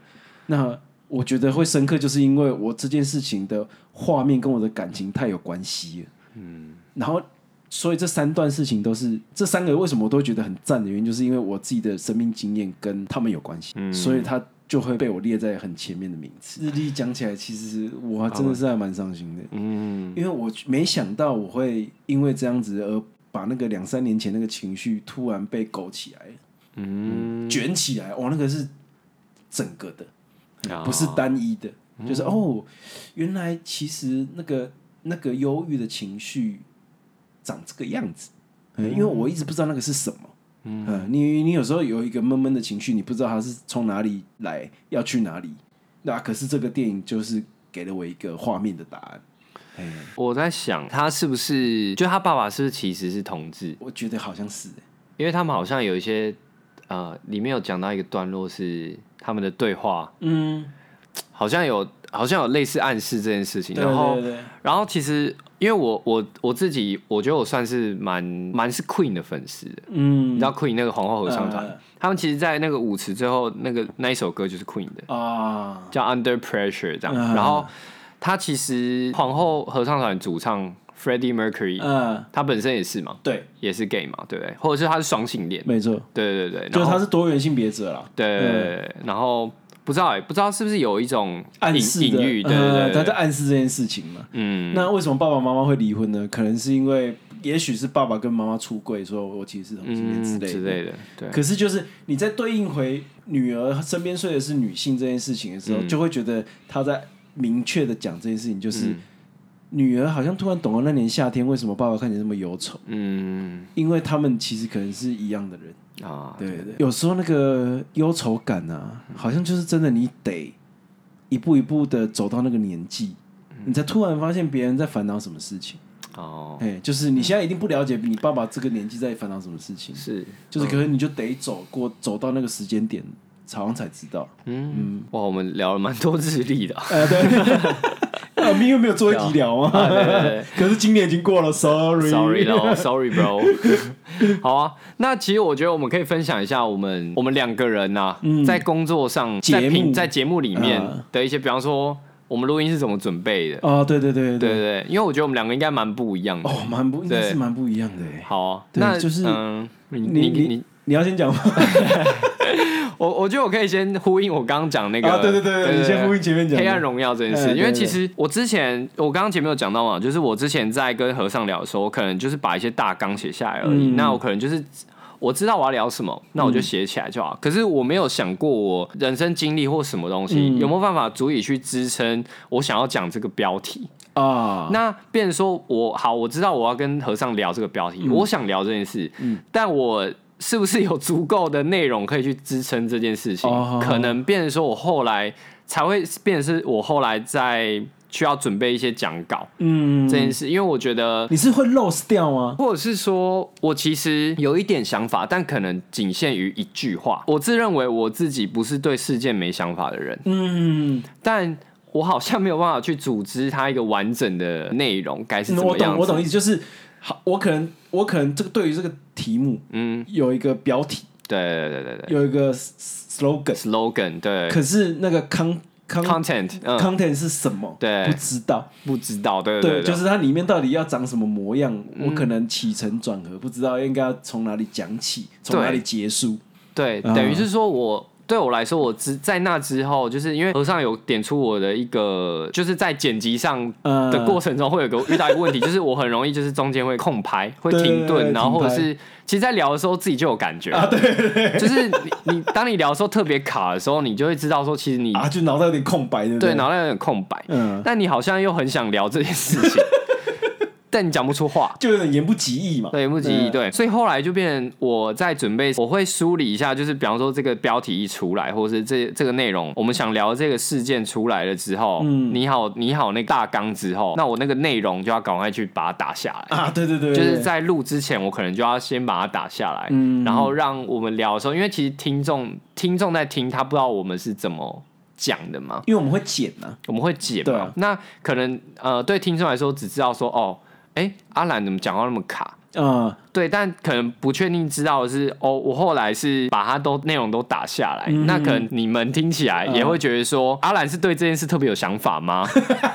那我觉得会深刻，就是因为我这件事情的画面跟我的感情太有关系了。嗯，然后所以这三段事情都是这三个为什么我都觉得很赞的原因，就是因为我自己的生命经验跟他们有关系，所以他。就会被我列在很前面的名次。日历讲起来，其实我真的是还蛮伤心的。嗯，因为我没想到我会因为这样子而把那个两三年前那个情绪突然被勾起来，嗯，卷起来，哇，那个是整个的，啊不是单一的，就是哦，原来其实那个那个忧郁的情绪长这个样子，嗯因为我一直不知道那个是什么。嗯，你你有时候有一个闷闷的情绪，你不知道它是从哪里来，要去哪里。那可是这个电影就是给了我一个画面的答案。哎，我在想他是不是，就他爸爸是不是其实是同志，我觉得好像是、因为他们好像有一些，呃，里面有讲到一个段落是他们的对话，嗯，好像有好像有类似暗示这件事情，对然后对对，然后其实因为我我我自己，我觉得我算是蛮蛮是 Queen 的粉丝的。你嗯知道 Queen 那个皇后合唱团，嗯嗯嗯他们其实，在那个舞池最后那个那一首歌就是 Queen 的，啊，叫 Under Pressure 这样。嗯嗯嗯然后他其实皇后合唱团主唱 Freddie Mercury，、嗯，他本身也是嘛，对，也是 gay 嘛，对不对？或者是他是双性恋，没错，对对对对，就是然后他是多元性别者啦，对对对对对然后不知道哎、不知道是不是有一种暗隐示隐的喻，对呃对对他对在，暗示这件事情嘛。嗯，那为什么爸爸妈妈会离婚呢？可能是因为，也许是爸爸跟妈妈出柜，说我其实是同性恋之嗯类的。之类的，对，可是就是你在对应回女儿身边睡的是女性这件事情的嗯时候，就会觉得他在明确的讲这件事情，就是、嗯女儿好像突然懂了那年夏天为什么爸爸看起来那么忧愁，嗯因为他们其实可能是一样的人。啊，对对，有时候那个忧愁感啊，好像就是真的，你得一步一步的走到那个年纪，嗯你才突然发现别人在烦恼什么事情。哦，哎、就是你现在一定不了解你爸爸这个年纪在烦恼什么事情，是，就是可能你就得走过走到那个时间点，好像才知 道。嗯，哇，我们聊了蛮多日历的啊，呃，对，我啊们又没有做一集聊啊。啊对对对 可是今年已经过了，sorry。 ，sorry 咯，sorry bro，好 啊，那其实我觉得我们可以分享一下我们我们两个人呐、在工作上，嗯节在目平在节目里面啊的一些，比方说我们录音是怎么准备的，哦，对对对对对，对因为我觉得我们两个应该蛮不一样的。哦，蛮不应该是蛮不一样的欸。好啊，对那就是嗯，你你你你你，你要先讲吗？我我觉得我可以先呼应我刚刚 讲那个，啊，对对对对，你先呼应前面讲的。黑暗荣耀这件哎事，因为对对其实我之前我刚刚前面有讲到嘛，就是我之前在跟和尚聊的时候，我可能就是把一些大纲写下来而已。嗯那我可能就是我知道我要聊什么，那我就写起来就好。可是我没有想过我人生经历或什么东西、嗯有没有办法足以去支撑我想要讲这个标题。啊，那变成说我好，我知道我要跟和尚聊这个标嗯题，我想聊这件事，但我是不是有足够的内容可以去支撑这件事情？哦可能变成说我后来才会变成是我后来在需要准备一些讲稿嗯，这件事，因为我觉得。你是会 lose 掉吗？或者是说，我其实有一点想法，但可能仅限于一句话。我自认为我自己不是对事件没想法的人，嗯，但我好像没有办法去组织它一个完整的内容，该是嗯怎我么样懂，子？我懂意思，就是好，我可能我可能这个对于这个题目嗯，有一个标题，对对对对对有一个 s- slogan， ，slogan 对可是那个 con con ，content 嗯， content 是什么？对不知道。不知道，对对，对就对，是它里面到底要长什么模样，我可能起承转合不知道，应该要从哪里讲起，从哪里结束。对，嗯等于是说我。对我来说，我之在那之后，就是因为和尚有点出我的一个，就是在剪辑上呃的过程中会有个遇到一个问 题，就是我很容易就是中间会空拍，会对停顿，对然后停或者拍是其实，在聊的时候自己就有感觉啊，对就是你你当你聊的时候特别卡的时候，你就会知道说，其实你啊，就脑袋有点空白，对不对对，脑袋有点空白，嗯，但你好像又很想聊这件事 情，但你讲不出话。就有点言不及义嘛。对，目及一对，所以后来就变成我在准备，我会梳理一下，就是比方说这个标题一出来，或者是这这个内容，我们想聊这个事件出来了之后，嗯你好，你好那个大纲之后，那我那个内容就要赶快去把它打下来。啊，对对对，对就是在录之前，我可能就要先把它打下来，嗯然后让我们聊的时候，因为其实听众听众在听，他不知道我们是怎么讲的嘛，因为我们会剪啊，我们会解对嘛？啊那可能呃，对听众来说只知道说哦，哎，阿兰怎么讲话那么卡？啊，对，但可能不确定知道的是哦，我后来是把它都内容都打下来，嗯那可能你们听起来嗯也会觉得说，阿兰是对这件事特别有想法吗？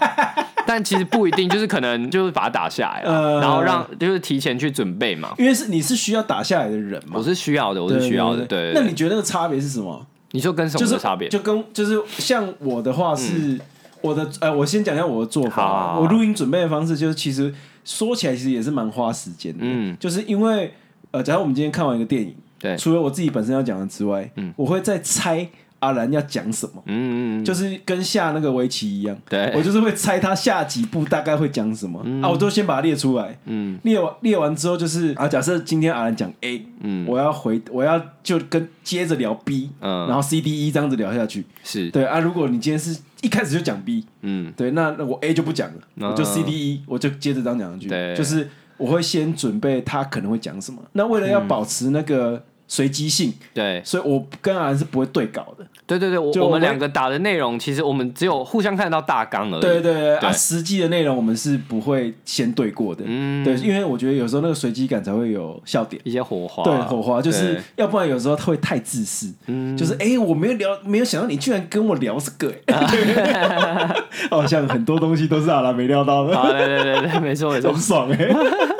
但其实不一定，就是可能就是把它打下来了，啊呃然后让就是提前去准备嘛。因为是你是需要打下来的人嘛我，是需要的，我对是对需要的。对对，对那对你觉得那个差别是什么？你说跟什就么是的差别？嗯就跟就是像我的话是我的呃，我先讲一下我的做好法好吧。好我录音准备的方式就是，其实说起来其实也是蛮花时间的，嗯就是因为呃，假如我们今天看完一个电影，对，除了我自己本身要讲的之外，我会再猜阿兰要讲什么。嗯，嗯嗯就是跟下那个围棋一样，对我就是会猜他下几步大概会讲什么、啊，我都先把它列出来，嗯列完列完之后就是啊，假设今天阿兰讲 A，嗯我要回我要就跟接着聊 B，嗯然后 C D E 这样子聊下去。是对啊，如果你今天是一开始就讲 B，嗯对，那那我 A 就不讲了，嗯我就 C D E，我就接着这样讲下去。对就是我会先准备他可能会讲什么。那为了嗯要保持那个随机性，对。所以我跟阿兰是不会对稿的。对对对，我就我我们们两个打的内容，其实我们只有互相看到大纲而已。对对对，啊，对实际的内容我们是不会先对过的。嗯对，因为我觉得有时候那个随机感才会有笑点。一些火花，啊对，火花就是对，嗯要不然有时候他会太自私，就是哎、诶我没有聊，没有想到你居然跟我聊这个、 欸， 好像很多东西都是阿拉没料到 的，啊，对对对对，没错没错很，爽哎、欸，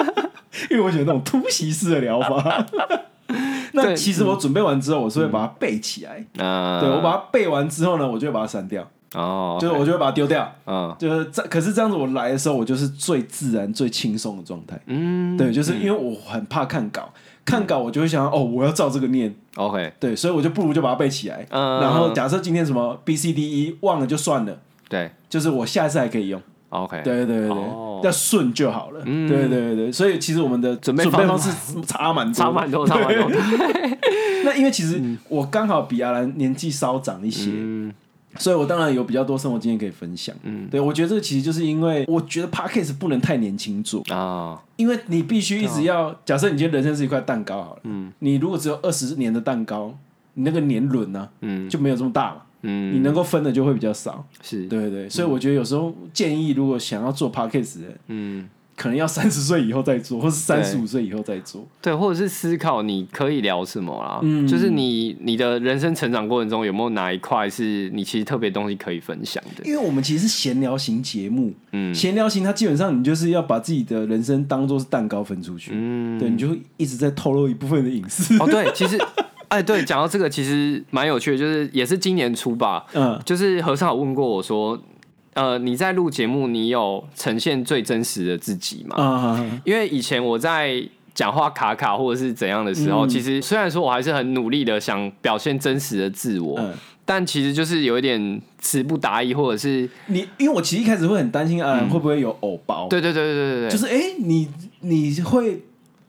因为我喜欢那种突袭式的疗 法。那对其实我准备完之后，我是会把它背起来，嗯，对我把它背完之后呢，我就会把它删掉，哦，就是我就会把它丢掉，嗯就是这，可是这样子我来的时候，我就是最自然、最轻松的状态。嗯对，就是因为我很怕看稿，看稿我就会想哦，我要照这个念， ，OK，对，所以我就不如就把它背起来。嗯然后假设今天什么 B C D E 忘了就算了，对就是我下一次还可以用。 ，OK，对对对对，哦要顺就好了。嗯对对对对，所以其实我们的准备备方方式差蛮 多的差蛮多，差蛮多，那因为其实我刚好比阿兰年纪稍长一些，嗯所以我当然有比较多生活经验可以分享。嗯，对我觉得这个其实就是因为我觉得 podcast 不能太年轻做，啊，因为你必须一直要，假设你今天人生是一块蛋糕好了，嗯你如果只有二十年的蛋糕，你那个年轮呢、嗯就没有这么大嘛，你嗯，能够分的就会比较少。是，对对对，所以我觉得有时候建议，如果想要做 podcast 的人，嗯，可能要三十岁以后再做，或是三十五岁以后再做。对，或者是思考你可以聊什么啦，嗯就是你你的人生成长过程中有没有哪一块是你其实特别东西可以分享的？因为我们其实是闲聊型节目，嗯闲聊型它基本上你就是要把自己的人生当做是蛋糕分出去，嗯，对，你就会一直在透露一部分的隐私。 哦，对， 其实，哎，对，讲到这个，其实蛮有趣的，就是也是今年初吧，嗯，就是和尚有问过我说，呃，你在录节目，你有呈现最真实的自己吗？啊，因为以前我在讲话卡卡或者是怎样的时嗯候，其实虽然说我还是很努力的想表现真实的自我，嗯但其实就是有一点词不达意，或者是你因为我其实一开始会很担心阿兰会不会有偶包，对对对对对对对，哦就是哎、诶你你会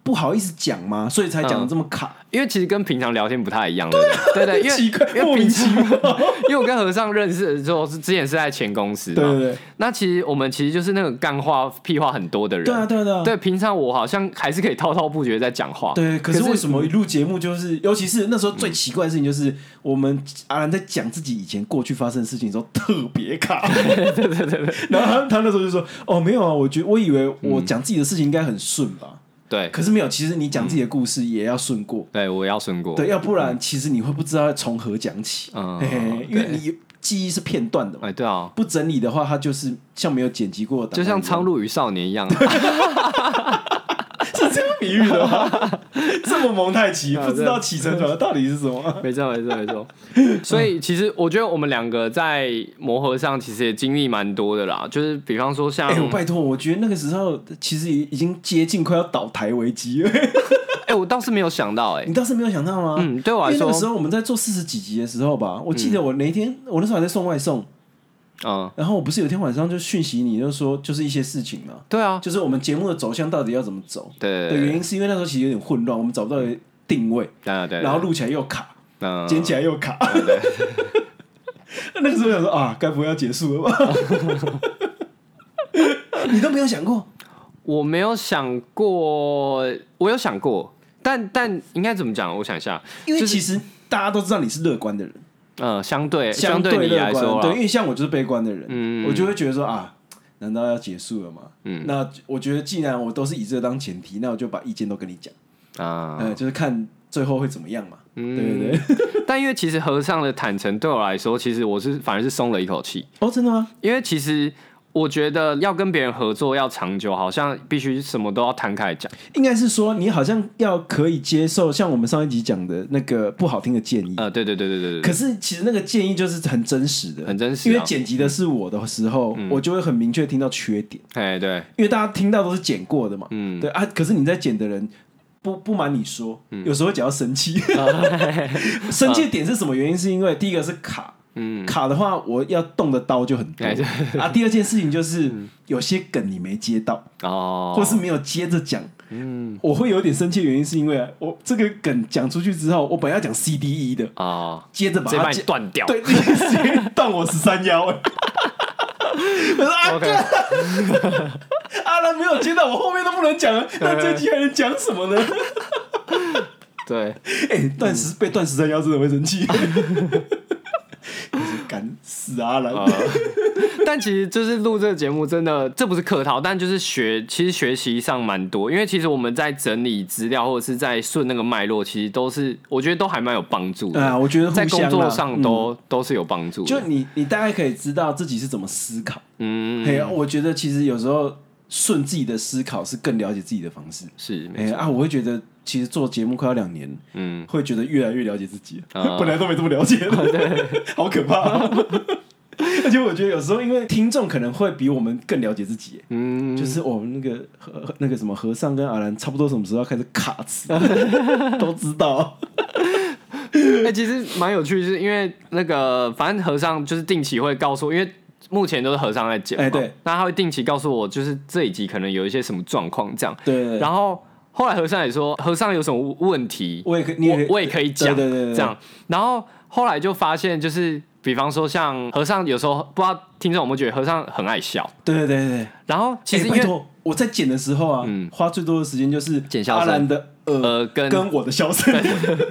不好意思讲吗？所以才讲的这么卡，因为其实跟平常聊天不太一样，对不对对对，因为奇怪因为啊莫名平其常 妙，因为我跟和尚认识的时候是之前是在前公司嘛，对对对，那其实我们其实就是那个干话屁话很多的人，对啊对啊对啊，对，平常我好像还是可以滔滔不绝在讲话，对，可是嗯为什么？么一录节目就是，尤其是那时候最奇怪的事情，就是我们阿兰在讲自己以前过去发生的事情的时候特别卡。 对对对嗯对。然后他他那时候就说：“哦，没有啊，我觉我以为我讲自己的事情应该很顺吧，对可是没有，其实你讲自己的故事也要顺过，对，我要顺过，对，要不然其实你会不知道从何讲起，嗯嘿嘿因为你记忆是片段的嘛，哎对啊，不整理的话，它就是像没有剪辑过的档就案一样，像《苍鹭与少年》一样啊， 是这样比喻的吗？ 这么蒙太奇，啊不知道起承转合到底是什么。”没错，没错，没错。所以其实我觉得我们两个在磨合上其实也经历蛮多的啦，就是比方说像，哎、哎、我拜托，我觉得那个时候其实已经接近快要倒台危机了。哎我倒是没有想到、哎 你，倒是没有想到吗？嗯对我来因为那个说时候我们在做四十几集的时候吧，我记得我那天、我那时候还在送外送，嗯，然后我不是有一天晚上就讯息你，就说就是一些事情嘛，对啊，就是我们节目的走向到底要怎么走对的对原对因，是因为那时候其实有点混乱，我们找不到定位，对对，然后录起来又卡，嗯，剪起来又卡。 那个时候想说啊，该不会要结束了 吧？你都没有想过，我没有想过，我有想过，但但应该怎么讲？我想一下，因为就是其实大家都知道你是乐观的人。呃，相对相对你乐来观，说对，啦因，为像我就是悲观的人，嗯我就会觉得说啊，难道要结束了吗？那我觉得既然我都是以这当前提，那我就把意见都跟你讲，啊，嗯、就是看最后会怎么样嘛，嗯对对对。但因为其实和尚的坦诚对我来说，其实我是反而是松了一口气，哦，真的吗？因为其实我觉得要跟别人合作要长久，好像必须什么都要摊开来讲。应该是说你好像要可以接受，像我们上一集讲的那个不好听的建议。呃，对对对对对对可是其实那个建议就是很真实的，很真实啊嗯因为剪辑的是我的时候，我就会很明确听到缺点。对，哎对，因为大家听到都是剪过的嘛，嗯，对啊。可是你在剪的人，不不瞒你说，嗯有时候讲到 生气，啊生气的点是什么原因？是因为第一个是卡，嗯，卡的话我要动的刀就很多哎嗯对啊。第二件事情就是有些梗你没接到，哦，或是没有接着讲，嗯，我会有点生气的原因是因为啊我这个梗讲出去之后，我本来要讲 C D E 的，哦，接着把直接把它你接断掉。对，直接断我十三腰。哎我说啊， OK， 阿兰没有接到，我后面都不能讲了，那这集还能讲什么呢？对，哎、断食被断食三幺真的会生气。敢死阿兰，呃但其实就是录这个节目，真的这不是客套，但就是学，其实学习上蛮多，因为其实我们在整理资料或者是在顺那个脉络，其实都是我觉得都还蛮有帮助的。啊，我觉得互在相工啦作上、嗯都、都是有帮助的。就你你大概可以知道自己是怎么思考。嗯，哎、我觉得其实有时候顺自己的思考是更了解自己的方式。是没哎、啊，我会觉得其实做节目快要两年，嗯，会觉得越来越了解自己，啊 哦本来都没这么了解的， 好可怕哦、而且我觉得有时候，因为听众可能会比我们更了解自己，嗯，就是我们那个和那个什么和尚跟阿兰，差不多什么时候要开始卡 词，都知道。 哎、其实蛮有趣，是因为那个反正和尚就是定期会告诉我，因为目前都是和尚在剪嘛，哎对，那他会定期告诉我，就是这一集可能有一些什么状况这样，对对对，然后后来和尚也说，和尚有什么问题， 我也可以，你也可我以我也可以讲，对对对对这样。然后后来就发现，就是比方说像和尚，有时候不知道听众有没有觉得和尚很爱笑，对对对对。然后其实哎因拜为嗯托，我在剪的时候啊，花最多的时间就是剪笑声阿兰的呃呃跟跟我的笑声。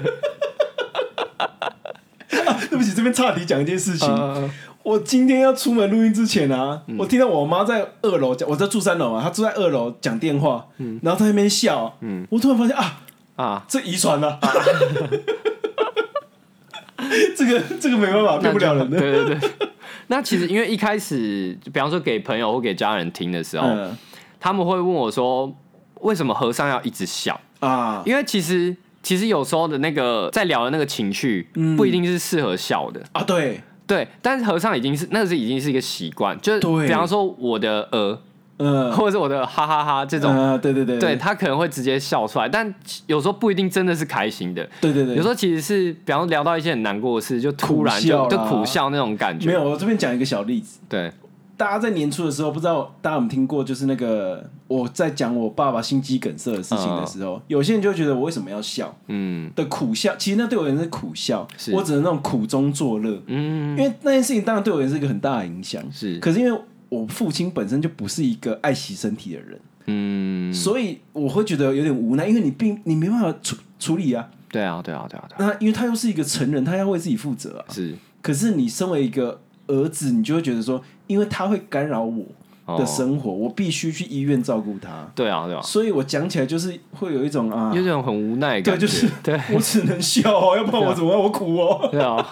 啊对不起，这边差题讲一件事情。呃嗯我今天要出门录音之前啊，我听到我妈在二楼讲，我在住三楼嘛，啊她住在二楼讲电话，嗯然后她在那边笑，我突然发现啊，啊，这遗 传了，这个这个没办法，骗不了人的。对对对。 那其实因为一开始，比方说给朋友或给家人听的时候，嗯他们会问我说，为什么和尚要一直笑？啊，因为其实其实有时候的那个在聊的那个情绪，嗯不一定是适合笑的。啊，对，对，但是和尚已经是那是已经是一个习惯，就是对比方说我的呃， 嗯，或者是我的哈哈哈这种，呃对对对对他可能会直接笑出来，但有时候不一定真的是开心的。对对对，有时候其实是，比方聊到一些很难过的事，就突然苦笑就啦就苦笑那种感觉。没有，我这边讲一个小例子。对，大家在年初的时候，不知道大家有没有听过，就是那个我在讲我爸爸心肌梗塞的事情的时候，有些人就会觉得我为什么要笑嗯的苦笑，其实那对我而言是苦笑，是我只能那种苦中作乐，嗯因为那件事情当然对我也是一个很大的影响。是可是因为我父亲本身就不是一个爱惜身体的人，嗯，所以我会觉得有点无奈，因为你并你没办法处处理啊。对啊对啊对啊对啊，那因为他又是一个成人，他要为自己负责啊。是可是你身为一个儿子，你就会觉得说，因为他会干扰我的哦，生活，我必须去医院照顾他，对啊对啊，所以我讲起来就是会有一种啊有，种很无奈的对，感觉，就是对我只能 笑哦，要不然我怎么办我苦哦？对啊，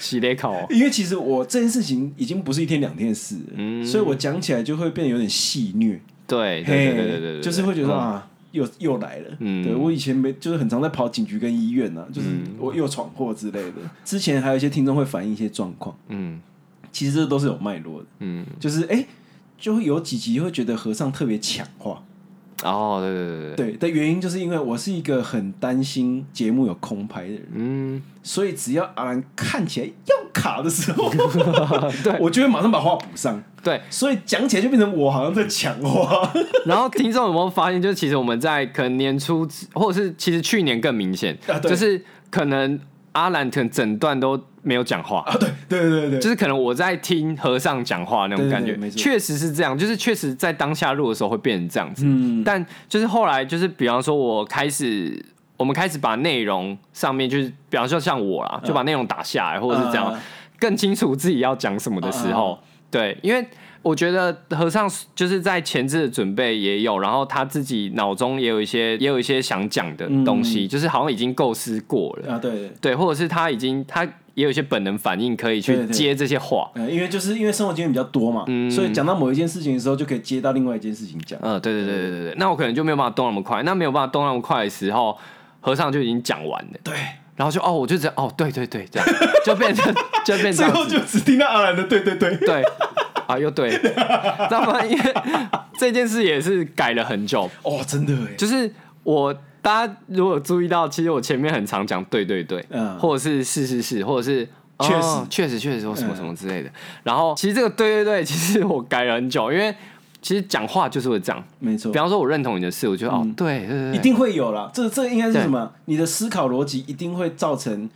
洗脸考 哦，因为其实我这件事情已经不是一天两天的事了，嗯所以我讲起来就会变得有点戏虐，对对对对嘿对对对，就是会觉得说啊，又又来了。嗯对我以前没，就是很常在跑警局跟医院啊，就是我又闯祸之类的。之前还有一些听众会反映一些状况，嗯其实这都是有脉络的，嗯，就是哎、诶就会有几集会觉得和尚特别抢话。哦对对对对，对的原因就是因为我是一个很担心节目有空拍的人，嗯所以只要阿兰看起来要卡的时候，我就会马上把话补上。对，所以讲起来就变成我好像在抢话， 然后听众有没有发现，就是其实我们在可能年初之，或者是其实去年更明显，啊对就是可能阿兰可能整段都没有讲话，啊对对对对，就是可能我在听和尚讲话那种感对觉对对没，错确实是这样，就是确实在当下录的时候会变成这样子，嗯，但就是后来就是比方说我开始。我们开始把内容上面就是，比方说像我嗯啦，就把内容打下来，或者是这样，啊更清楚自己要讲什么的时嗯候，对，因为我觉得和尚就是在前置的准备也有，然后他自己脑中也有一些也有一些想讲的东嗯西，就是好像已经构思过了，啊对对。对，或者是他已经他也有一些本能反应可以去对对接这些话，呃，因为就是因为生活经验比较多嘛，所以讲到某一件事情的时候，就可以接到另外一件事情讲。嗯、对对对对对对，那我可能就没有办法动那么快，那没有办法动那么快的时候，和尚就已经讲完了，对，然后就哦，我就这样哦，对对对，这样就变成就变成这 最样后子就只听到阿兰的对对对，对啊，又对， 知道吗？因为这件事也是改了很久，哦，真的哎，就是我大家如果注意到，其实我前面很常讲对对对，嗯或者是是是是，或者是。确实嗯哦确实，确实，或什么什么之类的。然后，其实这个对对对， 其实我改了很久，因为其实讲话就是会这样。没错比，方说，我认同你的事，我觉得、哦，对对对，对嗯一定会有啦。这这应该是什么？你的思考逻辑一定会造成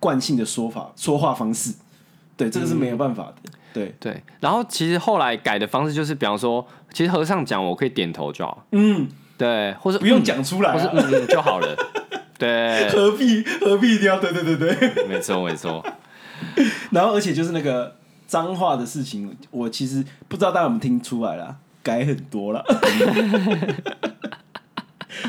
惯性的说法、说话方式。对，这个是没有办法的。对，对。然后，其实后来改的方式就是，比方说，其实和尚讲，我可以点头就好，嗯，对，或是不用嗯讲出来或是啊，嗯嗯就好 了，对。何必何必一定要对对对对？没错，没错。然后而且就是那个脏话的事情，我其实不知道大家有没有听出来啦， 改很多了。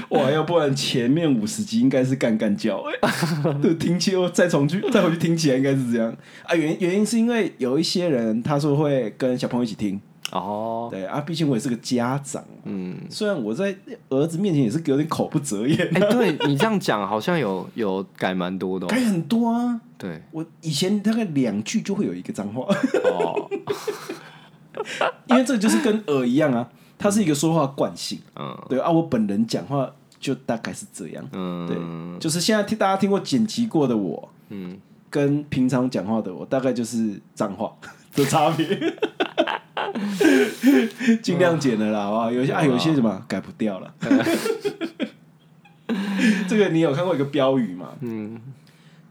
哇，要不然前面五十集应该是干干叫、欸，对，听起我再重去再回去听起来应该是这样啊。原原因是因为有一些人他说会跟小朋友一起听，哦，对啊，毕竟我也是个家长，嗯， 虽然我在儿子面前也是有点口不择言，哎、对你这样讲，好像有有改蛮多的、哦改。很多啊。对，我以前大概两句就会有一个脏话。 哦，因为这个就是跟耳一样啊，它是一个说话惯性。嗯对啊，我本人讲话就大概是这样。嗯，对，就是现在听大家听过剪辑过的我，嗯，跟平常讲话的我，大概就是脏话 的差别。尽量剪了啦，好不好？有一些啊，有一些什么改不掉了。 这个你有看过一个标语吗？嗯，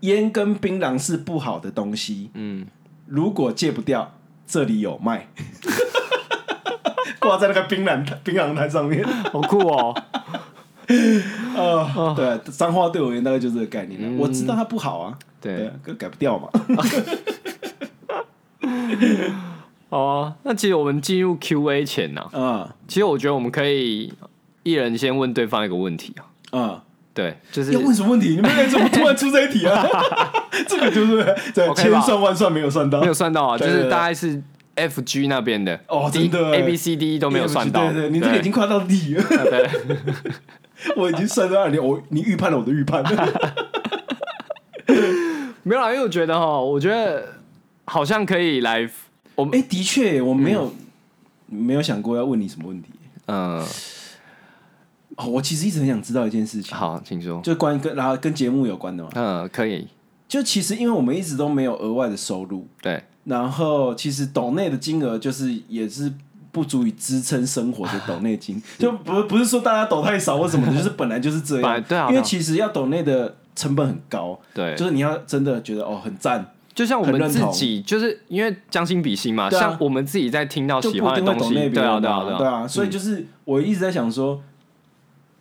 烟跟槟榔是不好的东西。 嗯，如果戒不掉，这里有卖， 挂在那个槟榔槟榔摊上面。好酷哦。啊，对，脏话对我而言大概就是这个概念了。我知道它不好啊，嗯对啊，可改不 掉嘛。哦，那其实我们进入 Q&A 前呢、啊其实我觉得我们可以一人先问对方一个问题啊。啊，对，就是 要问什么问题？你们两个怎么突然出这一题啊？ 这个就是对 OK 吧千算万算没有算到，没有算到啊，就对对是对大概是 F G 那边的哦真的耶 A B C D E 都没有算到。对对，对你这个已经快到底了， 对对 我已经算到你我你预判了我的 预判。没有啦，因为我觉得哈，我觉得好像可以来我们哎，的确，我没有没有想过要问你什么问题。嗯，哦，我其实一直很想知道一件事情，好，请说。就关于跟然后跟节目有关的嘛。嗯，可以，就其实因为我们一直都没有额外的收入，对，然后其实抖内的金额就是也是不足以支撑生活的抖 内金，就不不是说大家抖太少或什么的，就是本来就是这本来样。对啊因对为啊其实要抖内的成本很高，对，就是你要真的觉得哦很赞，就像我很们认自同己，就是因为将心比心嘛，对啊像我们自己在听到就喜不一定欢会的东抖内西，别对啊，人对啊，嘛，对对啊，啊，所以就是我一直在想说，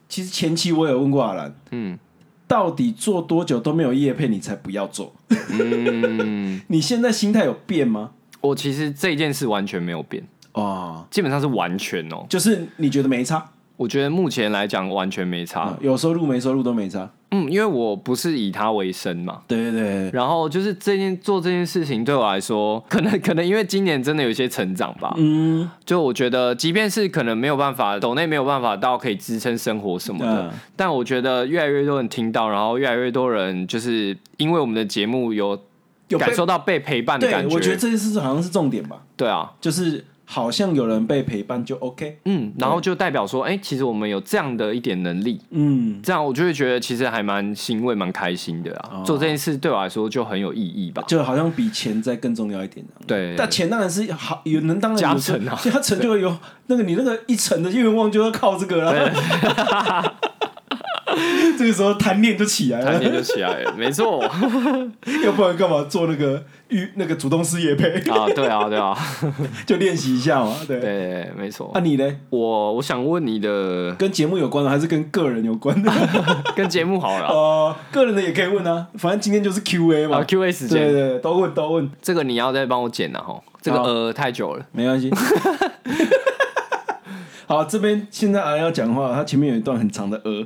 其实前期我有问过阿兰，嗯到底做多久都没有业配你才不要做？嗯， 你现在心态有变吗？我其实这件事完全没有变，哦，基本上是完全哦，就是你觉得没差我觉得目前来讲完全没差啊，，有收入没收入都没差。嗯，因为我不是以它为生嘛，对对对，然后就是这件做这件事情对我来说， 可能可能因为今年真的有一些成长吧，嗯，就我觉得即便是可能没有办法，抖内没有办法到可以支撑生活什么的，嗯但我觉得越来越多人听到，然后越来越多人就是因为我们的节目有有被感受到被陪伴的对感，我觉得这件事好像是重点吧，对啊，就是好像有人被陪伴就 OK。嗯，然后就代表说，哎、其实我们有这样的一点能力，嗯，这样我就会觉得其实还蛮欣慰、蛮开心的啊。哦做这件事对我来说就很有意义吧。就好像比钱再更重要一点、啊。对，但钱当然是好，有能当然加有时候成啊 加成就会有那个你那个一成的愿望就要靠这个了。 这个时候贪念就起来谈了，点就起来了，没 错啊，要不然干嘛做那个预那个主动事业配？ 对啊，对啊，就练习一下嘛，对。对，没错啊，。你呢？我我想问你的跟节目有关的还是跟个人有 关的？跟节目好了 哦，个人的也可以问啊，反正今天就是 Q&A 嘛啊。Q A 时对间，对对，都问都问，这个你要再帮我剪了哈，这个好呃太久了，没关系。好，这边现在阿要讲话，他前面有一段很长的呃，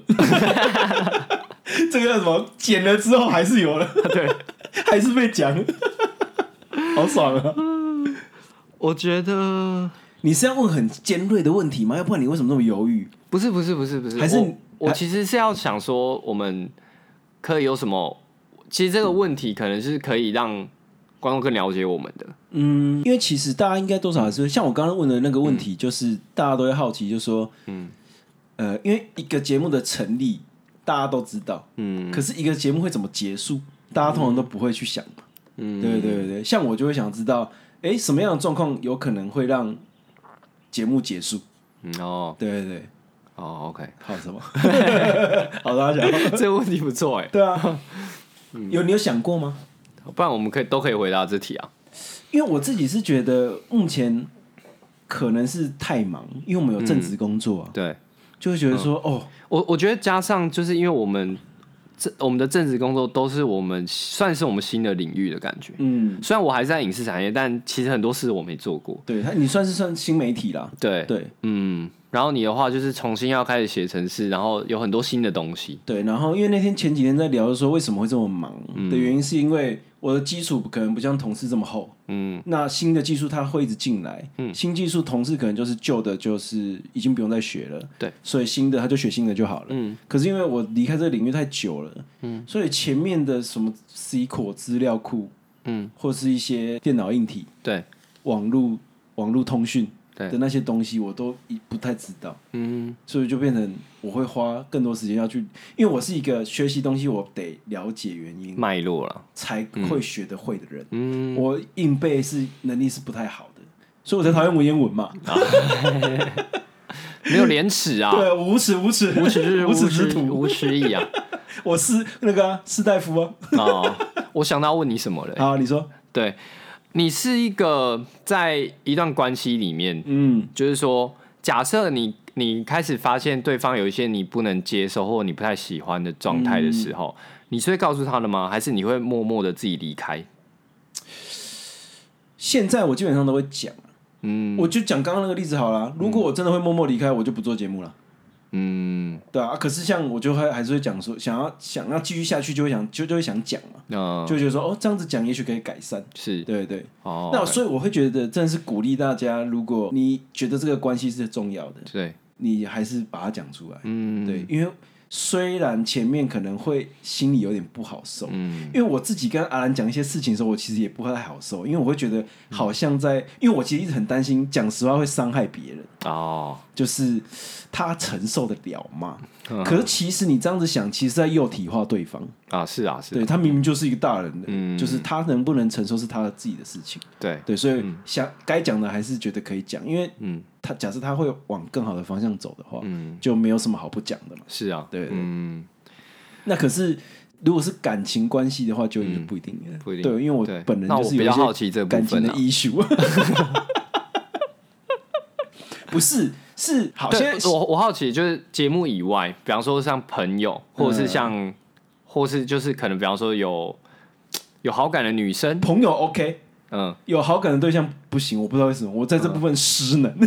这个叫什么？剪了之后还是有了，对， 还是被讲， 好爽啊！我觉得你是要问很尖锐的问题吗？要不然你为什么那么犹豫？不是不是不是不是，还是我我还其实是要想说，我们可以有什么？其实这个问题可能是可以让观众更了解我们的。嗯，因为其实大家应该多少还是会像我刚刚问的那个问题，就是大家都会好奇，就说，嗯呃，因为一个节目的成立，大家都知道，嗯可是一个节目会怎么结束，大家通常都不会去想嘛。嗯，对对对对，像我就会想知道，哎，什么样的状况有可能会让节目结束？嗯哦对对对，哦，OK，好什么？ 好大家 想，这个问题不错哎，对啊，有你有想过吗？不然我们可以都可以回答这题啊。因为我自己是觉得目前可能是太忙，因为我们有正职工作啊，对，就会觉得说，哦，我我觉得加上就是因为我们这我们的正职工作都是我们算是我们新的领域的感觉。嗯，虽然我还在影视产业，但其实很多事我没做过。对他，你算是算新媒体啦，对，对嗯，然后你的话就是重新要开始写程式，然后有很多新的东西。对。然后因为那天前几天在聊说为什么会这么忙嗯的原因，是因为我的基础可能不像同事这么厚，嗯那新的技术它会一直进来，新技术同事可能就是旧的，就是已经不用再学了，对，所以新的他就学新的就好了。嗯可是因为我离开这个领域太久了，嗯，所以前面的什么 SQL 资料库嗯，或是一些电脑硬体、对网络、网络通讯对的那些东西，我都一不太知道，嗯所以就变成我会花更多时间要去，因为我是一个学习东西我得了解原因脉络了。才会学得会的人。嗯，我硬背是能力是不太好的，所以我才讨厌文言文嘛。嗯没有廉耻啊， 对，无耻无耻无耻之 无耻之之徒，无耻 矣啊！我是那个啊士大夫啊。哦，我想到问你什么了？好，你说，对，你是一个在一段关系里面，嗯就是说，假设你你开始发现对方有一些你不能接受或你不太喜欢的状态的时嗯候，你是会告诉他的吗？还是你会默默的自己离开？现在我基本上都会讲，啊嗯我就讲刚刚那个例子好啦。如果我真的会默默离开，我就不做节目了。嗯对啊，啊可是像我就会还是会讲说，想要想要继续下去，就会想就就会想讲啊嘛，那、就会觉得说哦，这样子讲也许可以改善。呃嗯是对对，哦，那所以我会觉得真的是鼓励大家，如果你觉得这个关系是重要的，对，你还是把它讲出来。嗯对，因为虽然前面可能会心里有点不好受，嗯因为我自己跟阿兰讲一些事情的时候，我其实也不太好受，因为我会觉得好像在，因为我其实一直很担心，讲实话会伤害别人，哦，就是他承受得了吗？嗯可是其实你这样子想，其实在幼体化对方，啊，是啊，是对啊，他明明就是一个大人的，嗯就是他能不能承受是他自己的事情，对，对，所以想该讲的还是觉得可以讲，因为嗯他假设他会往更好的方向走的话，嗯，就没有什么好不讲的嘛。是啊，对嗯，那可是如果是感情关系的话，就也不一定了、不一定对，因为我对本人那就我是有比一较些好奇这部感情分的啊， issue。不是，是好，现对在，我我好奇就是节目以外，比方说像朋友，或嗯者是像，或是就是可能比方说有有好感的女生，朋友 OK，嗯，有好感的对象不行，我不知道为什么，我在这部分失能。哦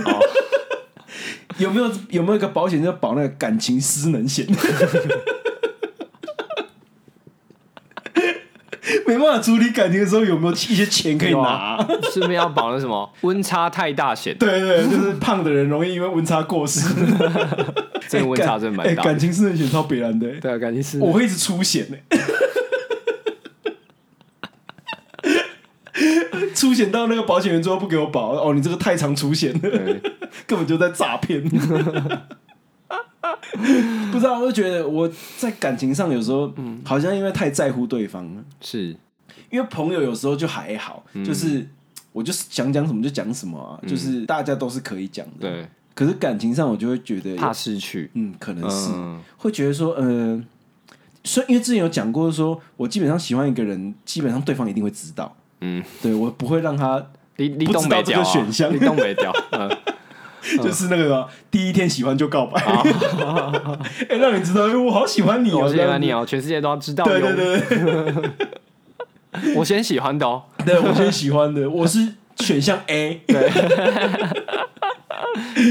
有没有有没有一个保险叫保那个感情失能险？ 没办法处理感情的时候，有没有一些钱可以有拿？啊 是不是要保那什 么温差太大险？对对，就是胖的人容易因为温差过失，这个温差真的蛮哎大的 感情失能险超北然的、欸，对啊，感情是我会一直出险呢、 欸。出险到那个保险员最后不给我保哦，你这个太常出险了，对 根本就在诈骗。不知道，我就觉得我在感情上有时候，嗯好像因为太在乎对方了，是因为朋友有时候就还好，嗯就是我就是想讲什么就讲什么啊，就是大家都是可以讲的。对，可是感情上，我就会觉得，怕失去，嗯，可能是、嗯会觉得说，呃，虽因为之前有讲过说，我基本上喜欢一个人，基本上对方一定会知道，嗯，对我不会让 他，呃离离不知东北道这角个啊选项离东北角， 嗯，就是那个第一天喜欢就告白， 哎，让你知道，哎我好喜欢你哦，我喜欢这你样哦，全世界都要知道子，对哟对，对对，我先喜欢的哦，对我先喜欢的， 我是选项 A，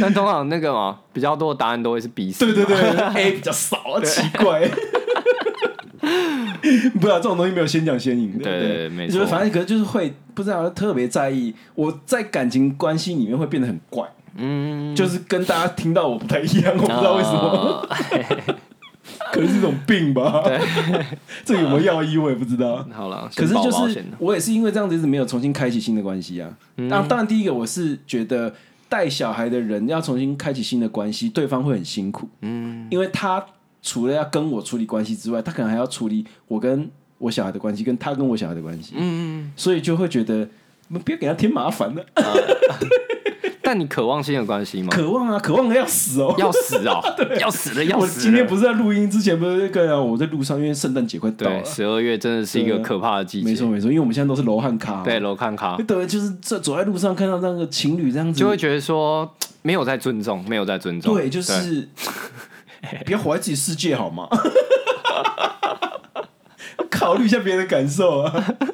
但通常那个嘛，比较多的答案都会是 B、C，对对对，A 比较少啊，奇怪。 不知道、这种东西没有先讲先赢的，对对对没错就是反正可能就是会不知道特别在意，我在感情关系里面会变得很怪，嗯，就是跟大家听到我不太一样，我不知道为什么，呃可能是一种病吧。 这个有没有药医我也不知道。好了，可是先就报嗯保是险的嗯我也是因为这样子一直没有重新开启新的关系啊。当、当然，第一个我是觉得带小孩的人要重新开启新的关系，对方会很辛苦，嗯，因为他除了要跟我处理关系之外，他可能还要处理我跟我小孩的关系，跟他跟我小孩的关系，嗯，所以就会觉得我们不要给他添麻 烦了。但你渴望新的关系吗？渴望啊，渴望的要死哦。嗯要死 哦，要死的 要我死了。今天不是在录音之前，不是跟我在路上，因为圣诞节快到了对，，十二月真的是一个可怕的季啊没节错。没错，因为我们现在都是罗汉咖，对，，楼看卡对，就是这走在路上看到那个情侣这样子，就会觉得说没有在尊重，没有在尊重。对，就是 不要活在自己世界好吗？ 考虑一下别人的感受啊，对，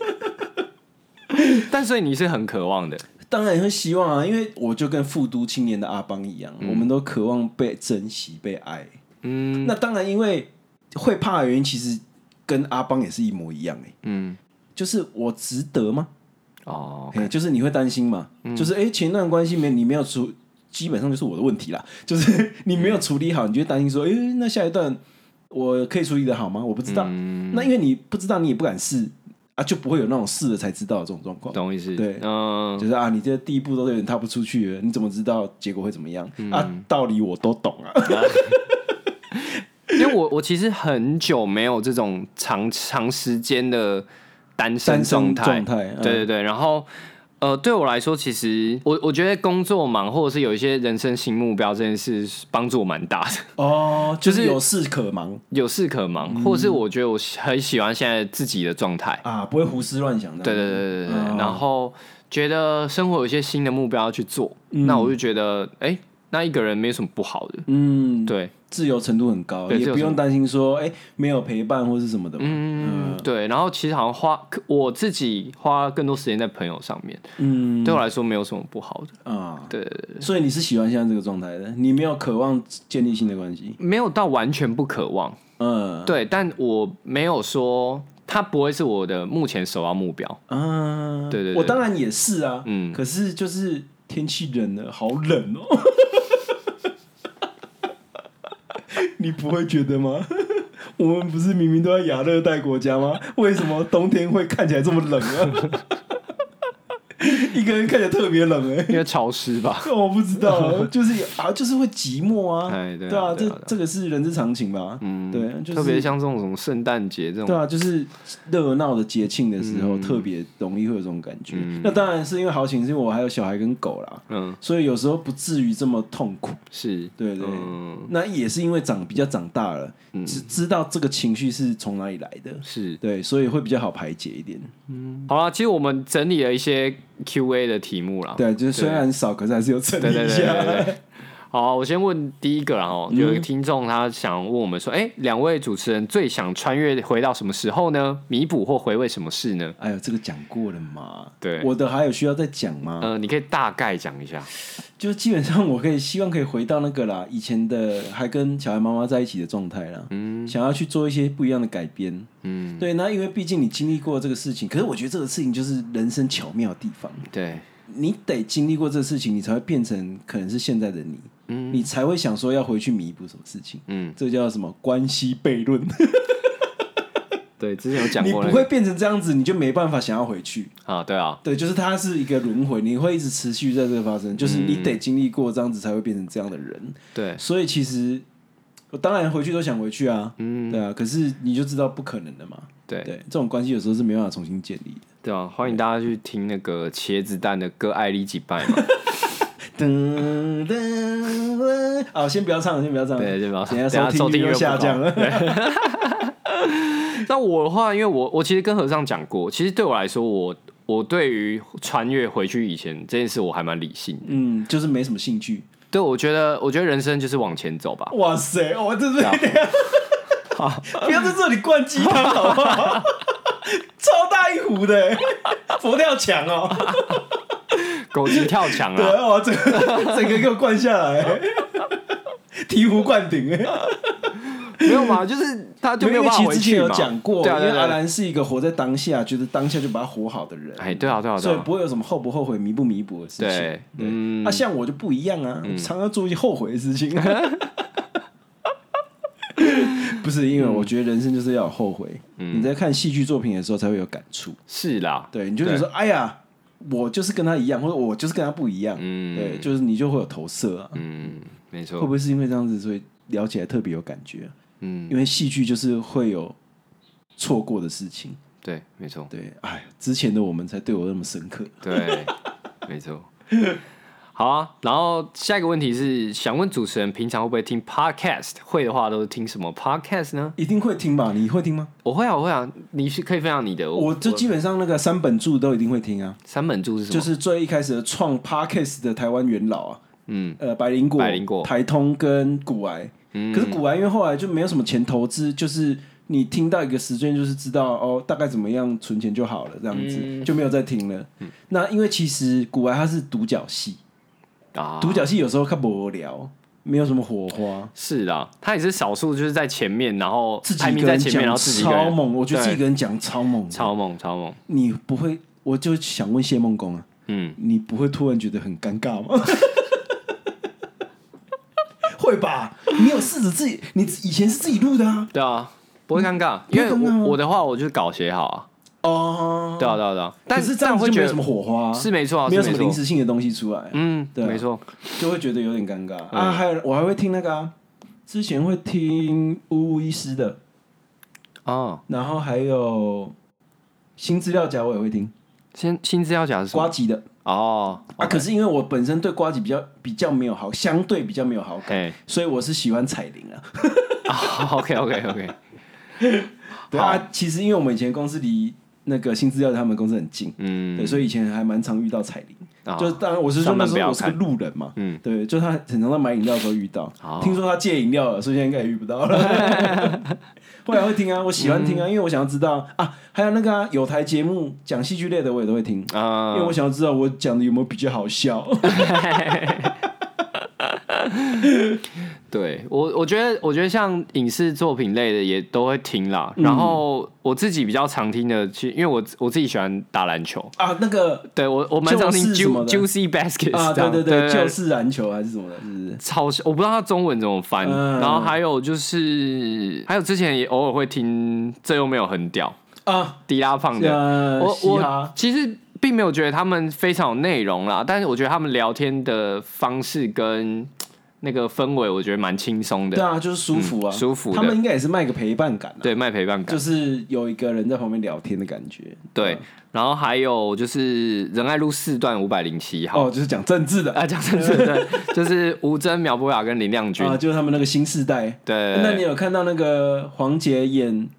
但所以你是很渴望的，当然也会希望啊，因为我就跟复都青年的阿邦一样，我们都渴望被珍惜、被爱。嗯那当然，因为会怕的原因，其实跟阿邦也是一模一样哎、嗯，就是我值得吗？哦，嘿就是你会担心嘛，嗯就是哎、诶前一段关系没你没有处，基本上就是我的问题啦， 就是你没有处理好，你就会担心说，哎、那下一段我可以处理的好吗？我不知道，嗯那因为你不知道，你也不敢试啊，就不会有那种试了才知道的这种状况。懂意思？对嗯，就是啊，你这第一步都有点踏不出去了，你怎么知道结果会怎么样、嗯啊？道理我都懂啊， 因为我我其实很久没有这种长长时间的单身单身状态状，态，嗯对对对，然后呃，对我来说，其实我我觉得工作忙，或者是有一些人生新目标这件事，帮助我蛮大的， 哦，就是就是有事可忙有事可忙，嗯或者是我觉得我很喜欢现在自己的状态，啊，不会胡思乱想的。对对对对对，嗯然后觉得生活有一些新的目标要去做，那我就觉得哎、诶那一个人没有什么不好的，嗯，对，自由程度很高，对也自由不程用担心说哎、诶没有陪伴或是什么的嘛。嗯，对，然后其实好像花我自己花更多时间在朋友上面，嗯对我来说没有什么不好的，啊，对对对，对所以你是喜欢现在这个状态的，你没有渴望建立新的关系。没有到完全不渴望，嗯，对，但我没有说它不会是我的目前首要目标，啊，对对对我当然也是啊，嗯可是就是天气冷了，好冷哦。 你不会觉得吗？ 我们不是明明都在亚热带国家吗？为什么冬天会看起来这么冷啊？ 一个人看起来特别冷哎、因为潮湿吧。我不知 道，就是有啊，就是会寂寞啊，哎对啊啊，对啊对这啊这个是人之常情吧？嗯，对， 就是特别像这种什么圣诞节这对种，啊，就是热闹的节庆的时嗯候，特别容易会有这种感觉。那当然是因为好景，是因为我还有小孩跟狗啦，嗯，所以有时候不至于这么痛苦。是，对对嗯，那也是因为长比较长大了，知知道这个情绪是从哪里来的，是。对，所以会比较好排解一点。好了，其实我们整理了一些 Q&A 的题目啦。对，就是虽然少，可是还是有整哦对理对一对对下。对对。好，我先问第一个啦哦，有一个听众他想问我们说，哎、两位主持人最想穿越回到什么时候呢？弥补或回味什么事呢？ 哎呦，这个讲过了嘛？对我的还有需要再讲吗？呃，你可以大概讲一下。就基本上我可以希望可以回到那个啦，以前的还跟小孩妈妈在一起的状态啦，嗯，想要去做一些不一样的改编，嗯，对，那因为毕竟你经历过这个事情，可是我觉得这个事情就是人生巧妙的地方，对，你得经历过这个事情，你才会变成可能是现在的你，嗯，你才会想说要回去弥补什么事情，嗯，这叫什么关系悖论？对，之前有讲你过不那会个变成这样子，你就没办法想要回去，啊，对啊，对，就是它是一个轮回，你会一直持续在这个发生，就是你得经历过这样子才会变成这样的人，对，所以其实我当然回去都想回去啊，对啊，可是你就知道不可能的嘛，嗯对，对，这种关系有时候是没办法重新建立的。对啊，欢迎大家去听那个茄子蛋的歌《爱丽几拜》嘛。 噔噔噔， 好，先不要唱了，先不要唱了，对先不要唱等一下等一下收听率率又又不下高 降了。那我的话，因为我我其实跟和尚讲过，其实对我来说，我我对于穿越回去以前这件事，我还蛮理性的。嗯，就是没什么兴趣。对，我觉得我觉得人生就是往前走吧。哇塞，我这是 不要在这里灌鸡汤好 不好？超大一壶的欸佛跳墙哦，狗急跳墙对，啊！哇，整个整个给我灌下来， 醍醐灌顶哎。没有嘛，就是他就没有办法因为回其实之前去有嘛。讲过，对啊，对因为阿啊对啊，兰是一个活在当下，觉得当下就把它活好的人，哎，对啊，对啊，所对以啊，不会有什么后不后悔、弥不弥补的事情。对，嗯啊，，像我就不一样啊，我常常做一些后悔的 事情。不是因为我觉得人生就是要有后悔，嗯你在看戏剧作品的时候才会有感触。是啦，对，你就觉得说，哎呀，我就是跟他一样，或者我就是跟他不一样。嗯对，就是你就会有投射啊。嗯，没会不错，会是因为这样子，所以聊起来特别有感觉啊、嗯，因为戏剧就是会有错过的事情。对，没错，对，哎，之前的我们才对我那么深刻。对，没错。好啊，然后下一个问题是，想问主持人平常会不会听 podcast？会的话都是听什么 podcast 呢？一定会听吧？你会听吗？我会啊，我会啊，你是可以分享你的。我就基本上那个三本柱都一定会听啊，三本柱是什么？就是最一开始的创 Parkes 的台湾元老啊，嗯，呃，百灵果、百灵果嗯台通跟古癌。可是古癌因为后来就没有什么钱投资，就是你听到一个时间，就是知道哦，大概怎么样存钱就好了，这样子、就没有再听了。嗯那因为其实古癌它是独角戏，啊，独角戏有时候看不无聊，没有什么火花。是啦，他也是少数，就是在前面，然后自己排一名个在人前面，然讲后自己一个人超猛，我觉得自己一对个人讲超猛的，超猛，超猛。你不会，我就想问谢梦工啊，嗯，你不会突然觉得很尴 尬吗？会吧？你有试着自己，你以前是自己录的啊。对啊，不会尴尬，因为不会尴尬吗我我的话，我就是搞写好啊。哦，对啊，对啊，对啊。可但是这样但子会就觉得没有什么火花啊，是没错啊，没有是什么临时性的东西出来，嗯，对啊没错。就会觉得有点尴尬嗯啊。还有，我还会听那个啊，之前会听巫医师的，哦，然后还有新资料夹我也会听，先薪资要讲是什瓜么？吉的哦，啊。可是因为我本身对瓜吉比较比较没有好，相对比较没有好感。哎所以我是喜欢彩 铃啊。哦，OK，OK，OK，对啊，其实因为我们以前公司离那个新资料他们公司很近，嗯，对，所以以前还蛮常遇到彩铃。啊就是当然我是说上那班时不候要我是个路人嘛，嗯对，就他很常在买饮料的时候遇到哦，听说他戒饮料了，所以现在应该也遇不到了。 后来会听啊，我喜欢嗯听啊，因为我想要知道啊，还有那个啊，有台节目讲戏剧类的我也都会听，因为啊我，想要知道我 讲的有没有比较好笑。对我，我觉得，我觉得像影视作品类的也都会听啦。嗯然后我自己比较常听的，其实因为我我自己喜欢打篮球，啊，那个对我我蛮常听就是什么 Ju 的 Juicy Baskets 啊，这对样对对对，就是篮球还是什么的，是不是？超我不知道它中文怎么翻。嗯然后还有就是，还有之前也偶尔会听，这又没有很屌，啊，迪拉胖的。呃，我嘻我哈其实并没有觉得他们非常有内容啦，但是我觉得他们聊天的方式跟那个氛围，我觉得蛮轻松对的。啊，就是舒服啊，嗯舒服的他们应该也是卖个陪伴感啊，对，卖陪伴感就。是嗯有一个人在旁边聊天的感觉。对，然后还有就是仁爱路四段五百零七号 哦，就是讲政治的啊，讲真是 对，就是吴征、苗博雅跟林亮君呃啊，。就是他们那个新世代。对，哦那你有看到那个黄杰演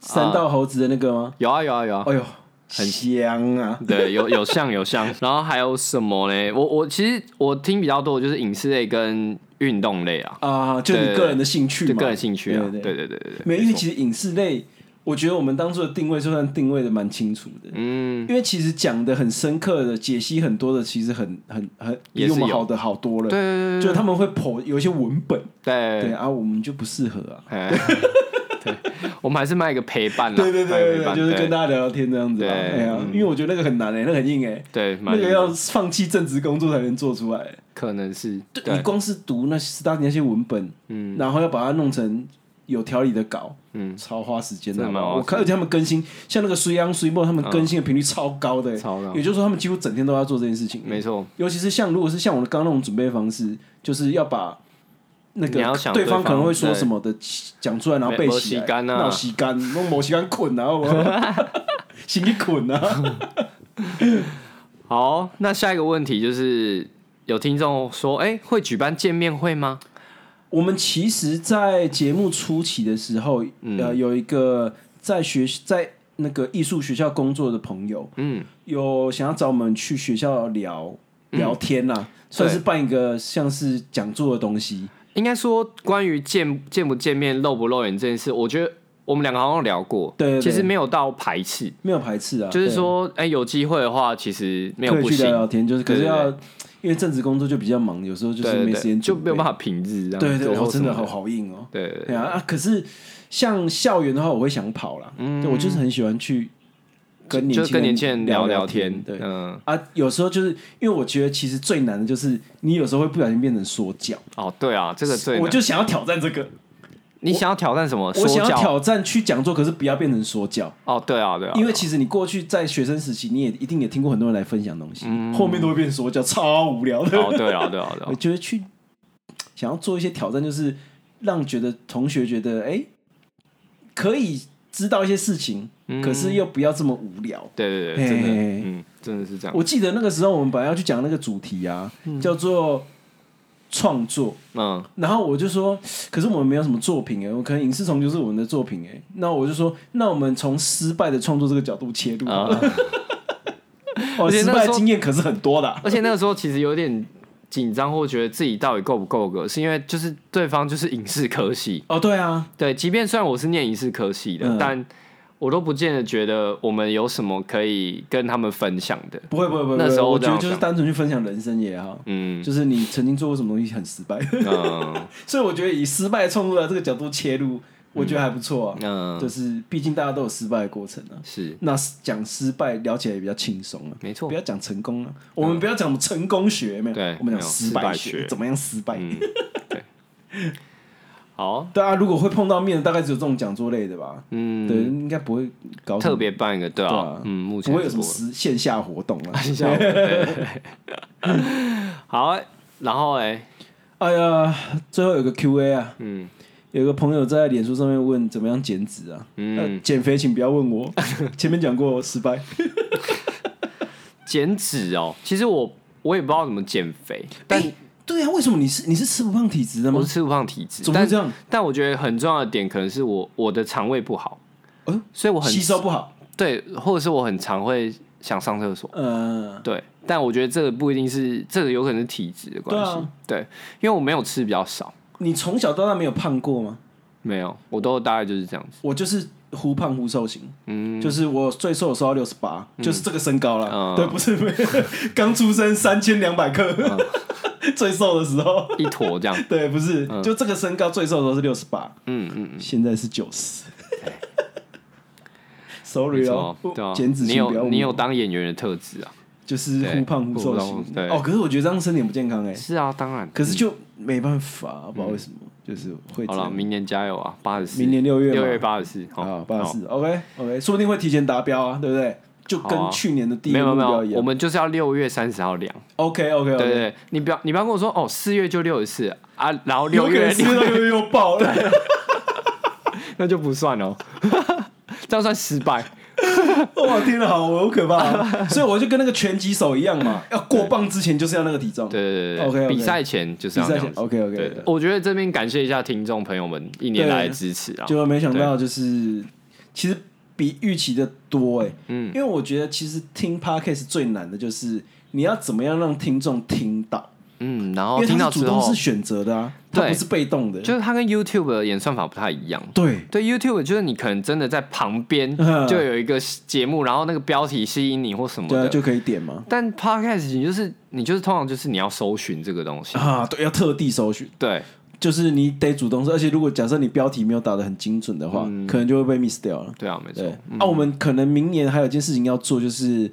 三道猴子的那个吗？有啊有啊有啊，哎呦，很香啊！对，有有像有像，然后还有什么嘞？我我其实我听比较多的就是影视类跟运动类啊，啊，就你对个人的兴趣就嘛，个人兴趣啊，对对对。对对对对，没有，因为错其实影视类，我觉得我们当初的定位就算定位的蛮清楚的，嗯，因为其实讲的很深刻的，解析很多的，其实很很很也比是我们有好的好多了。对对对就他们会剖有一些文本，对对对啊，我们就不适合啊。哎 对，我们还是卖一个陪伴啦，对对嗯卖一个对陪对对，伴就是跟对大家聊聊天这样子啊。对哎呀，因为我觉得那个很难欸诶，那个很硬诶，对，那蛮个要放弃正职工作才能做出来。可能是对你光是读那十大那些文本，嗯，然后要把它弄成有条理的稿，嗯，超花时间的。真好的蛮不好花我看而且他们更新，像那个隋阳、隋墨，他们更新的频率超高的，欸超高也就是说，他们几乎整天都要做这件事情。没错，尤其是像如果是像我刚刚那种准备方式，就是要把那你个要想对对方可能会说什么的讲出来，然后背起来没没洗，干啊脑洗干，弄某洗干捆啊，好 不好心里捆啊。好，那下一个问题就是，有听众说，哎、会举办见面会吗？我们其实，在节目初期的时候，嗯呃，有一个在学在那个艺术学校工作的朋友，嗯，有想要找我们去学校聊聊天啦、算是办一个像是讲座的东西。应该说关于见见不见面、露不露脸这件事，我觉得我们两个好像有聊过，对对对其实没有到排斥，没有排斥啊，就是对说，哎、有机会的话，其实没有可以不去行聊，聊天，就是可是对对要因为正职工作就比较忙，有时候就对是对没对时间就准没备，有办法平日这样，对对，或我什真么的好，好硬哦。对对对对啊，啊可是像校园的话，我会想跑啦，对我就是很喜欢去跟年嗯就轻是跟年轻人聊聊聊天，对。嗯，啊，有时候就是因为我觉得，其实最难的就是你有时候会不小心变成说教，哦，对啊，这个最我难，就想要挑战这个，你想要挑战什么？我想说要教挑战去讲座，可是不要变成说教，哦，对啊，对啊，因为其实你过去在学生时期，你也一定也听过很多人来分享东西，后面都会变成说教，超无聊的。嗯哦，对啊，对啊，对啊 我，觉得去想要做一些挑战，就是让觉得同学觉得哎、诶可以知道一些事情，嗯可是又不要这么无聊。对对对，真的，嘿嗯，真的是这样，我记得那个时候我们本来要去讲那个主题啊，叫做创作。嗯。然后我就说，可是我们没有什么作品哎、我可能影视虫就是我们的作品哎、那我就说，那我们从失败的创作这个角度切入好啊了。哦，而且失那败时的候经验可是很多的啊、 而且那个时候其实有点紧张，或觉得自己到底够不够格，是因为就是对方就是影视科系，哦，对啊，对，即便虽然我是念影视科系的，嗯但我都不见得觉得我们有什么可以跟他们分享的。不会不会不会，那时候我这觉得样就是想单纯去分享人生也好， 嗯就是你曾经做过什么东西很失败， 嗯所以我觉得以失败创作的这个角度切入，我觉得还不错啊。就嗯，是毕竟大家都有失败的过程啊，是那讲失败聊起来也比较轻松啊。没错不。要讲成功啊，我们不要讲什么成功学，有没有？对我们没有讲失失败学，学怎么样失败？嗯，对。好，大家如果会碰到面，大概只有这种讲座类的吧。嗯，对，应该不会搞什么特别办一个，对对啊啊，嗯，目前不会有是什么实线下活动 啊。不会对对对好，欸然后哎，哎呀，最后有个 Q&A 啊，嗯有个朋友在脸书上面问怎么样减脂啊？呃嗯，减肥请不要 问我，前面讲过失败。减脂哦，其实我我也不知道怎么减肥，但哎对啊，为什么你是你是吃不胖体质的我吗是？吃不胖体质，怎么会但这样？但我觉得很重要的点可能是我我的肠胃不好，哎呦所以我很吸收不好。对，或者是我很常会想上厕所，呃，对。但我觉得这个不一定是这个，有可能是体质的关系，对啊对，因为我没有吃比较少，你从小到大没有胖过吗？没有，我都大概就是这样子，我就是忽胖忽瘦型，嗯，就是我最瘦的时候六十八，就是这个身高啦。 嗯啊对，不是刚出生三千两百克， 最瘦的时候，一坨这样。对，不是，啊就这个身高最瘦的时候是六十八，嗯嗯嗯，现在是九十。没 Sorry 哦错，，对啊，减脂你期不要有误你有当演员的特质啊？就是对忽胖忽瘦忽胖忽型。对哦，可是我觉得这样身体很不健康哎、是啊，当然。可是就没办法，啊不知道为什么，就是会嗯好这了，样。明年加油啊，八十四，明年六月嘛六月八十四，啊好，好，八十好。四，OK OK，说不定会提前达标啊，对不对？就好啊跟去年的第一没个有目没有标一，我样。们就是要六月三十号量。 OK OK 对 OK，对，你不要你不要跟我说哦，四月就六十四啊，然后有六可能月吃 到又又爆了。那就不算哦， 这样算失败。 哇，天哪，好好可怕啊！所以我就跟那个拳击手一样嘛，要过磅之前就是要那个体重。对对对对 OK，OK 比赛前就是比要赛这前样子。 ，OK 对 OK，，我觉得这边感谢一下听众朋友们一年来的支持啊。结果没想到就是其实比预期的多哎、嗯因为我觉得其实听 podcast 最难的就是你要怎么样让听众听到，嗯，然因后为听它到是主之动后是，选择的啊，对它不是被动的，就是它跟 YouTube 的演算法不太一样。对对 YouTube 就是你可能真的在旁边嗯就有一个节目，然后那个标题吸引你或什么对啊，的。就可以点嘛但 Podcast 你就是你就是通常就是你要搜寻这个东西。啊，对，要特地搜寻，对就是你得主动搜，而且如果假设你标题没有打的很精准的话，可能就会被 miss 掉了。对啊，嗯没错对。，啊，我们可能明年还有一件事情要做，就是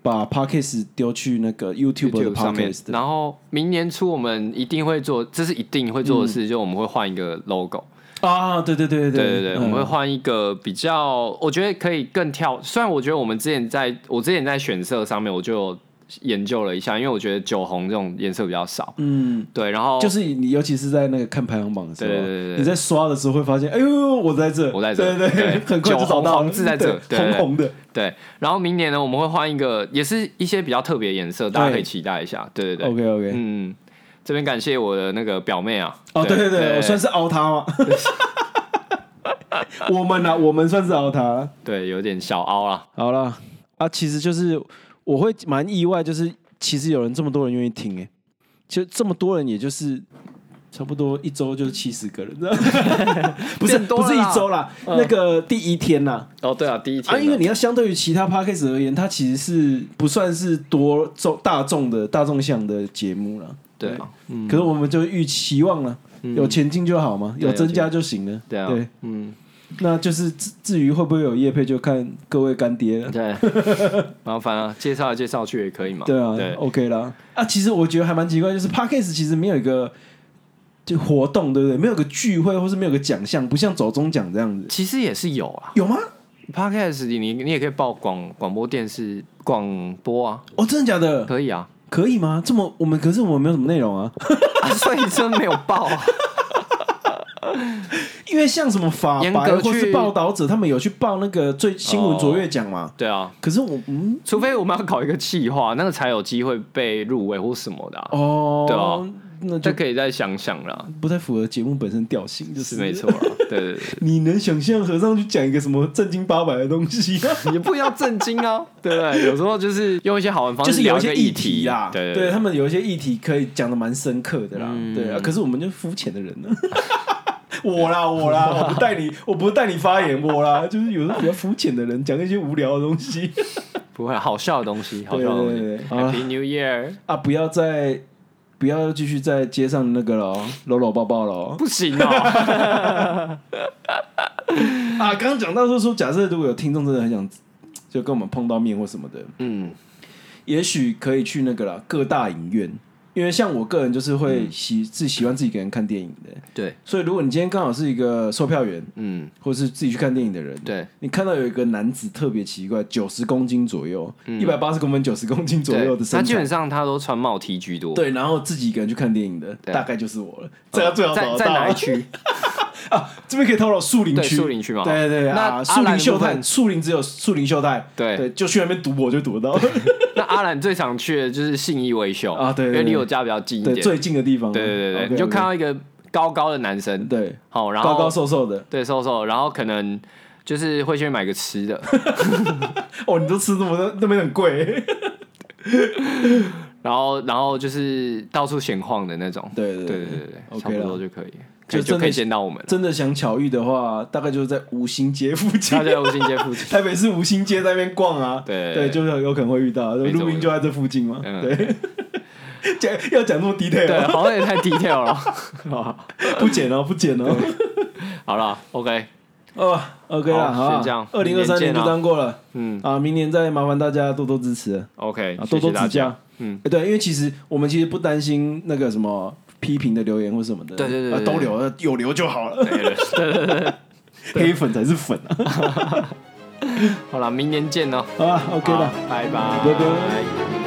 把 podcast 丢去那个 YouTube 的 YouTube 上面 podcast，，然后明年初我们一定会做，这是一定会做的事，就我们会换一个 logo，啊，对对嗯对对对对对，嗯我们会换一个比较，我觉得可以更跳。虽然我觉得我们之前在我之前在选色上面我就有研究了一下，因为我觉得酒红这种颜色比较少，嗯，对，然后就是你，尤其是在那个看排行榜的时哦候，啊对对对对你在刷的时候会发现，哎呦，我在这，我在这对对很快就找酒到红了，红字在这对对对对红红的，对，然后明年呢我们会换一个，也是一些比较特别的颜色，大家可以对期待一下，对对对，哦 OK OK，嗯，这边感谢我的那个表妹啊，哦，对对对，我算是是凹 他嘛，我们呢，我们算是凹他，对有点小凹啦。好了啊，其实就是我会蛮意外，就是其实有人这么多人愿意听、欸，哎，其实这么多人也就是差不多一周就是七十个人， 不是变多不了是啦嗯一周啦，那个第一天啦，哦，对啊，第一天啊，的因为你要相对于其他 podcast 而言，它其实是不算是多众大众的大众向的节目了，对啊，可是我们就预期望了。有前进就好嘛，对有增加就行了。对啊，对，嗯，那就是至至于会不会有业配，就看各位干爹了。对， 麻烦啊，介绍来介绍去也可以嘛。对啊对 o k 啦。啊，其实我觉得还蛮奇怪，就是 Parkes 其实没有一个就活动，对不对？没有个聚会，或是没有个奖项，不像走中奖这样子。其实也是有啊有吗？ ，Podcast 你你也可以报广广播电视广播啊，哦，真的假的？可以 啊，可以吗？这么我们可是我们没有什么内容啊，啊所以真没有报啊。因为像什么法严白格或去是报道者，他们有去报那个最新闻卓越奖嘛。 对啊，可是我嗯除非我们要搞一个企划，那个才有机会被入围或什么的、啊。哦，对啊，那这就可以再想想啦，不太符合节目本身调性，就是是没错。 啦。对对你能想象和尚去讲一个什么正经八百的东西啊吗？对，也不一定要震惊啊，对不 对？有时候就是用一 些好玩的方就式是有聊一一些个议题题啦，对嗯对他们有一些议题可以讲的蛮深刻的啦，对啊。可是我们就肤浅的人呢， 我啦我啦，我不带你， 我不带你发言，我啦，就是有时候比较肤浅的人讲一些无聊的东西不会好笑的东西，好笑的东对西。对对好啦 Happy New Year！啊，不要再不要继续在街上那个了哦，搂搂抱抱了哦。不行哦。啊，刚刚讲到就是说，假设如果有听众真的很想就跟我们碰到面或什么的， 嗯，也许可以去那个啦各大影院，因为像我个人就是会喜、自喜欢自己一个人看电影的，对，所以如果你今天刚好是一个售票员，嗯，或是自己去看电影的人，对，你看到有一个男子特别奇怪，九十公斤左右，一百八十公分，九十公斤左对，右的他身基本材。上他都穿帽 T 居多。对，然后自己一个人去看电影的，对大概就是我了。这个最好嗯找在得在到哪一啊！ 区？这边可以透露树林对区，树林区嘛哦对对对，那啊阿树兰的林秀部分泰，树林只有树林秀泰，对对，就去那边赌博就赌得到， 那阿兰最常去的就是信义威秀啊对对因对为离我家比较近一点。对，对最近的地方啊，对对对， OK，你就 OK 看到一个高高的男生，对好，然后高高瘦瘦的，对瘦瘦，然后可能就是会去买个吃 的，哦，你都吃那么多，那边 很贵，然后然后就是到处闲晃的那种。对对对对对对对， OK 差不多了就可以，可就以就真的可以见到我们 了。真的想巧遇的话，大概就是在五星街附近他。 在五星街附 近。台北市五星街在那边逛啊，对对，就是有可能会遇到，错路没边错就在这附近嘛，嗯对， 讲要讲那么 detail，对，好像也太 detail 了。好不剪哦，不剪哦。好了，OK，哦，OK 啦，好好先这样二零二三明年见年啊就这样过了嗯啊，明年再麻烦大家多多支持啊， ，OK，多谢谢多大指家教。。嗯，欸对，因为其实我们其实不担心那个什么批评的留言或什么的，对对对啊对都留，呃有留就好了，对对对对对对 黑粉才是粉啊， 好了，明年见哦。好吧，OK 好了。拜拜，拜拜。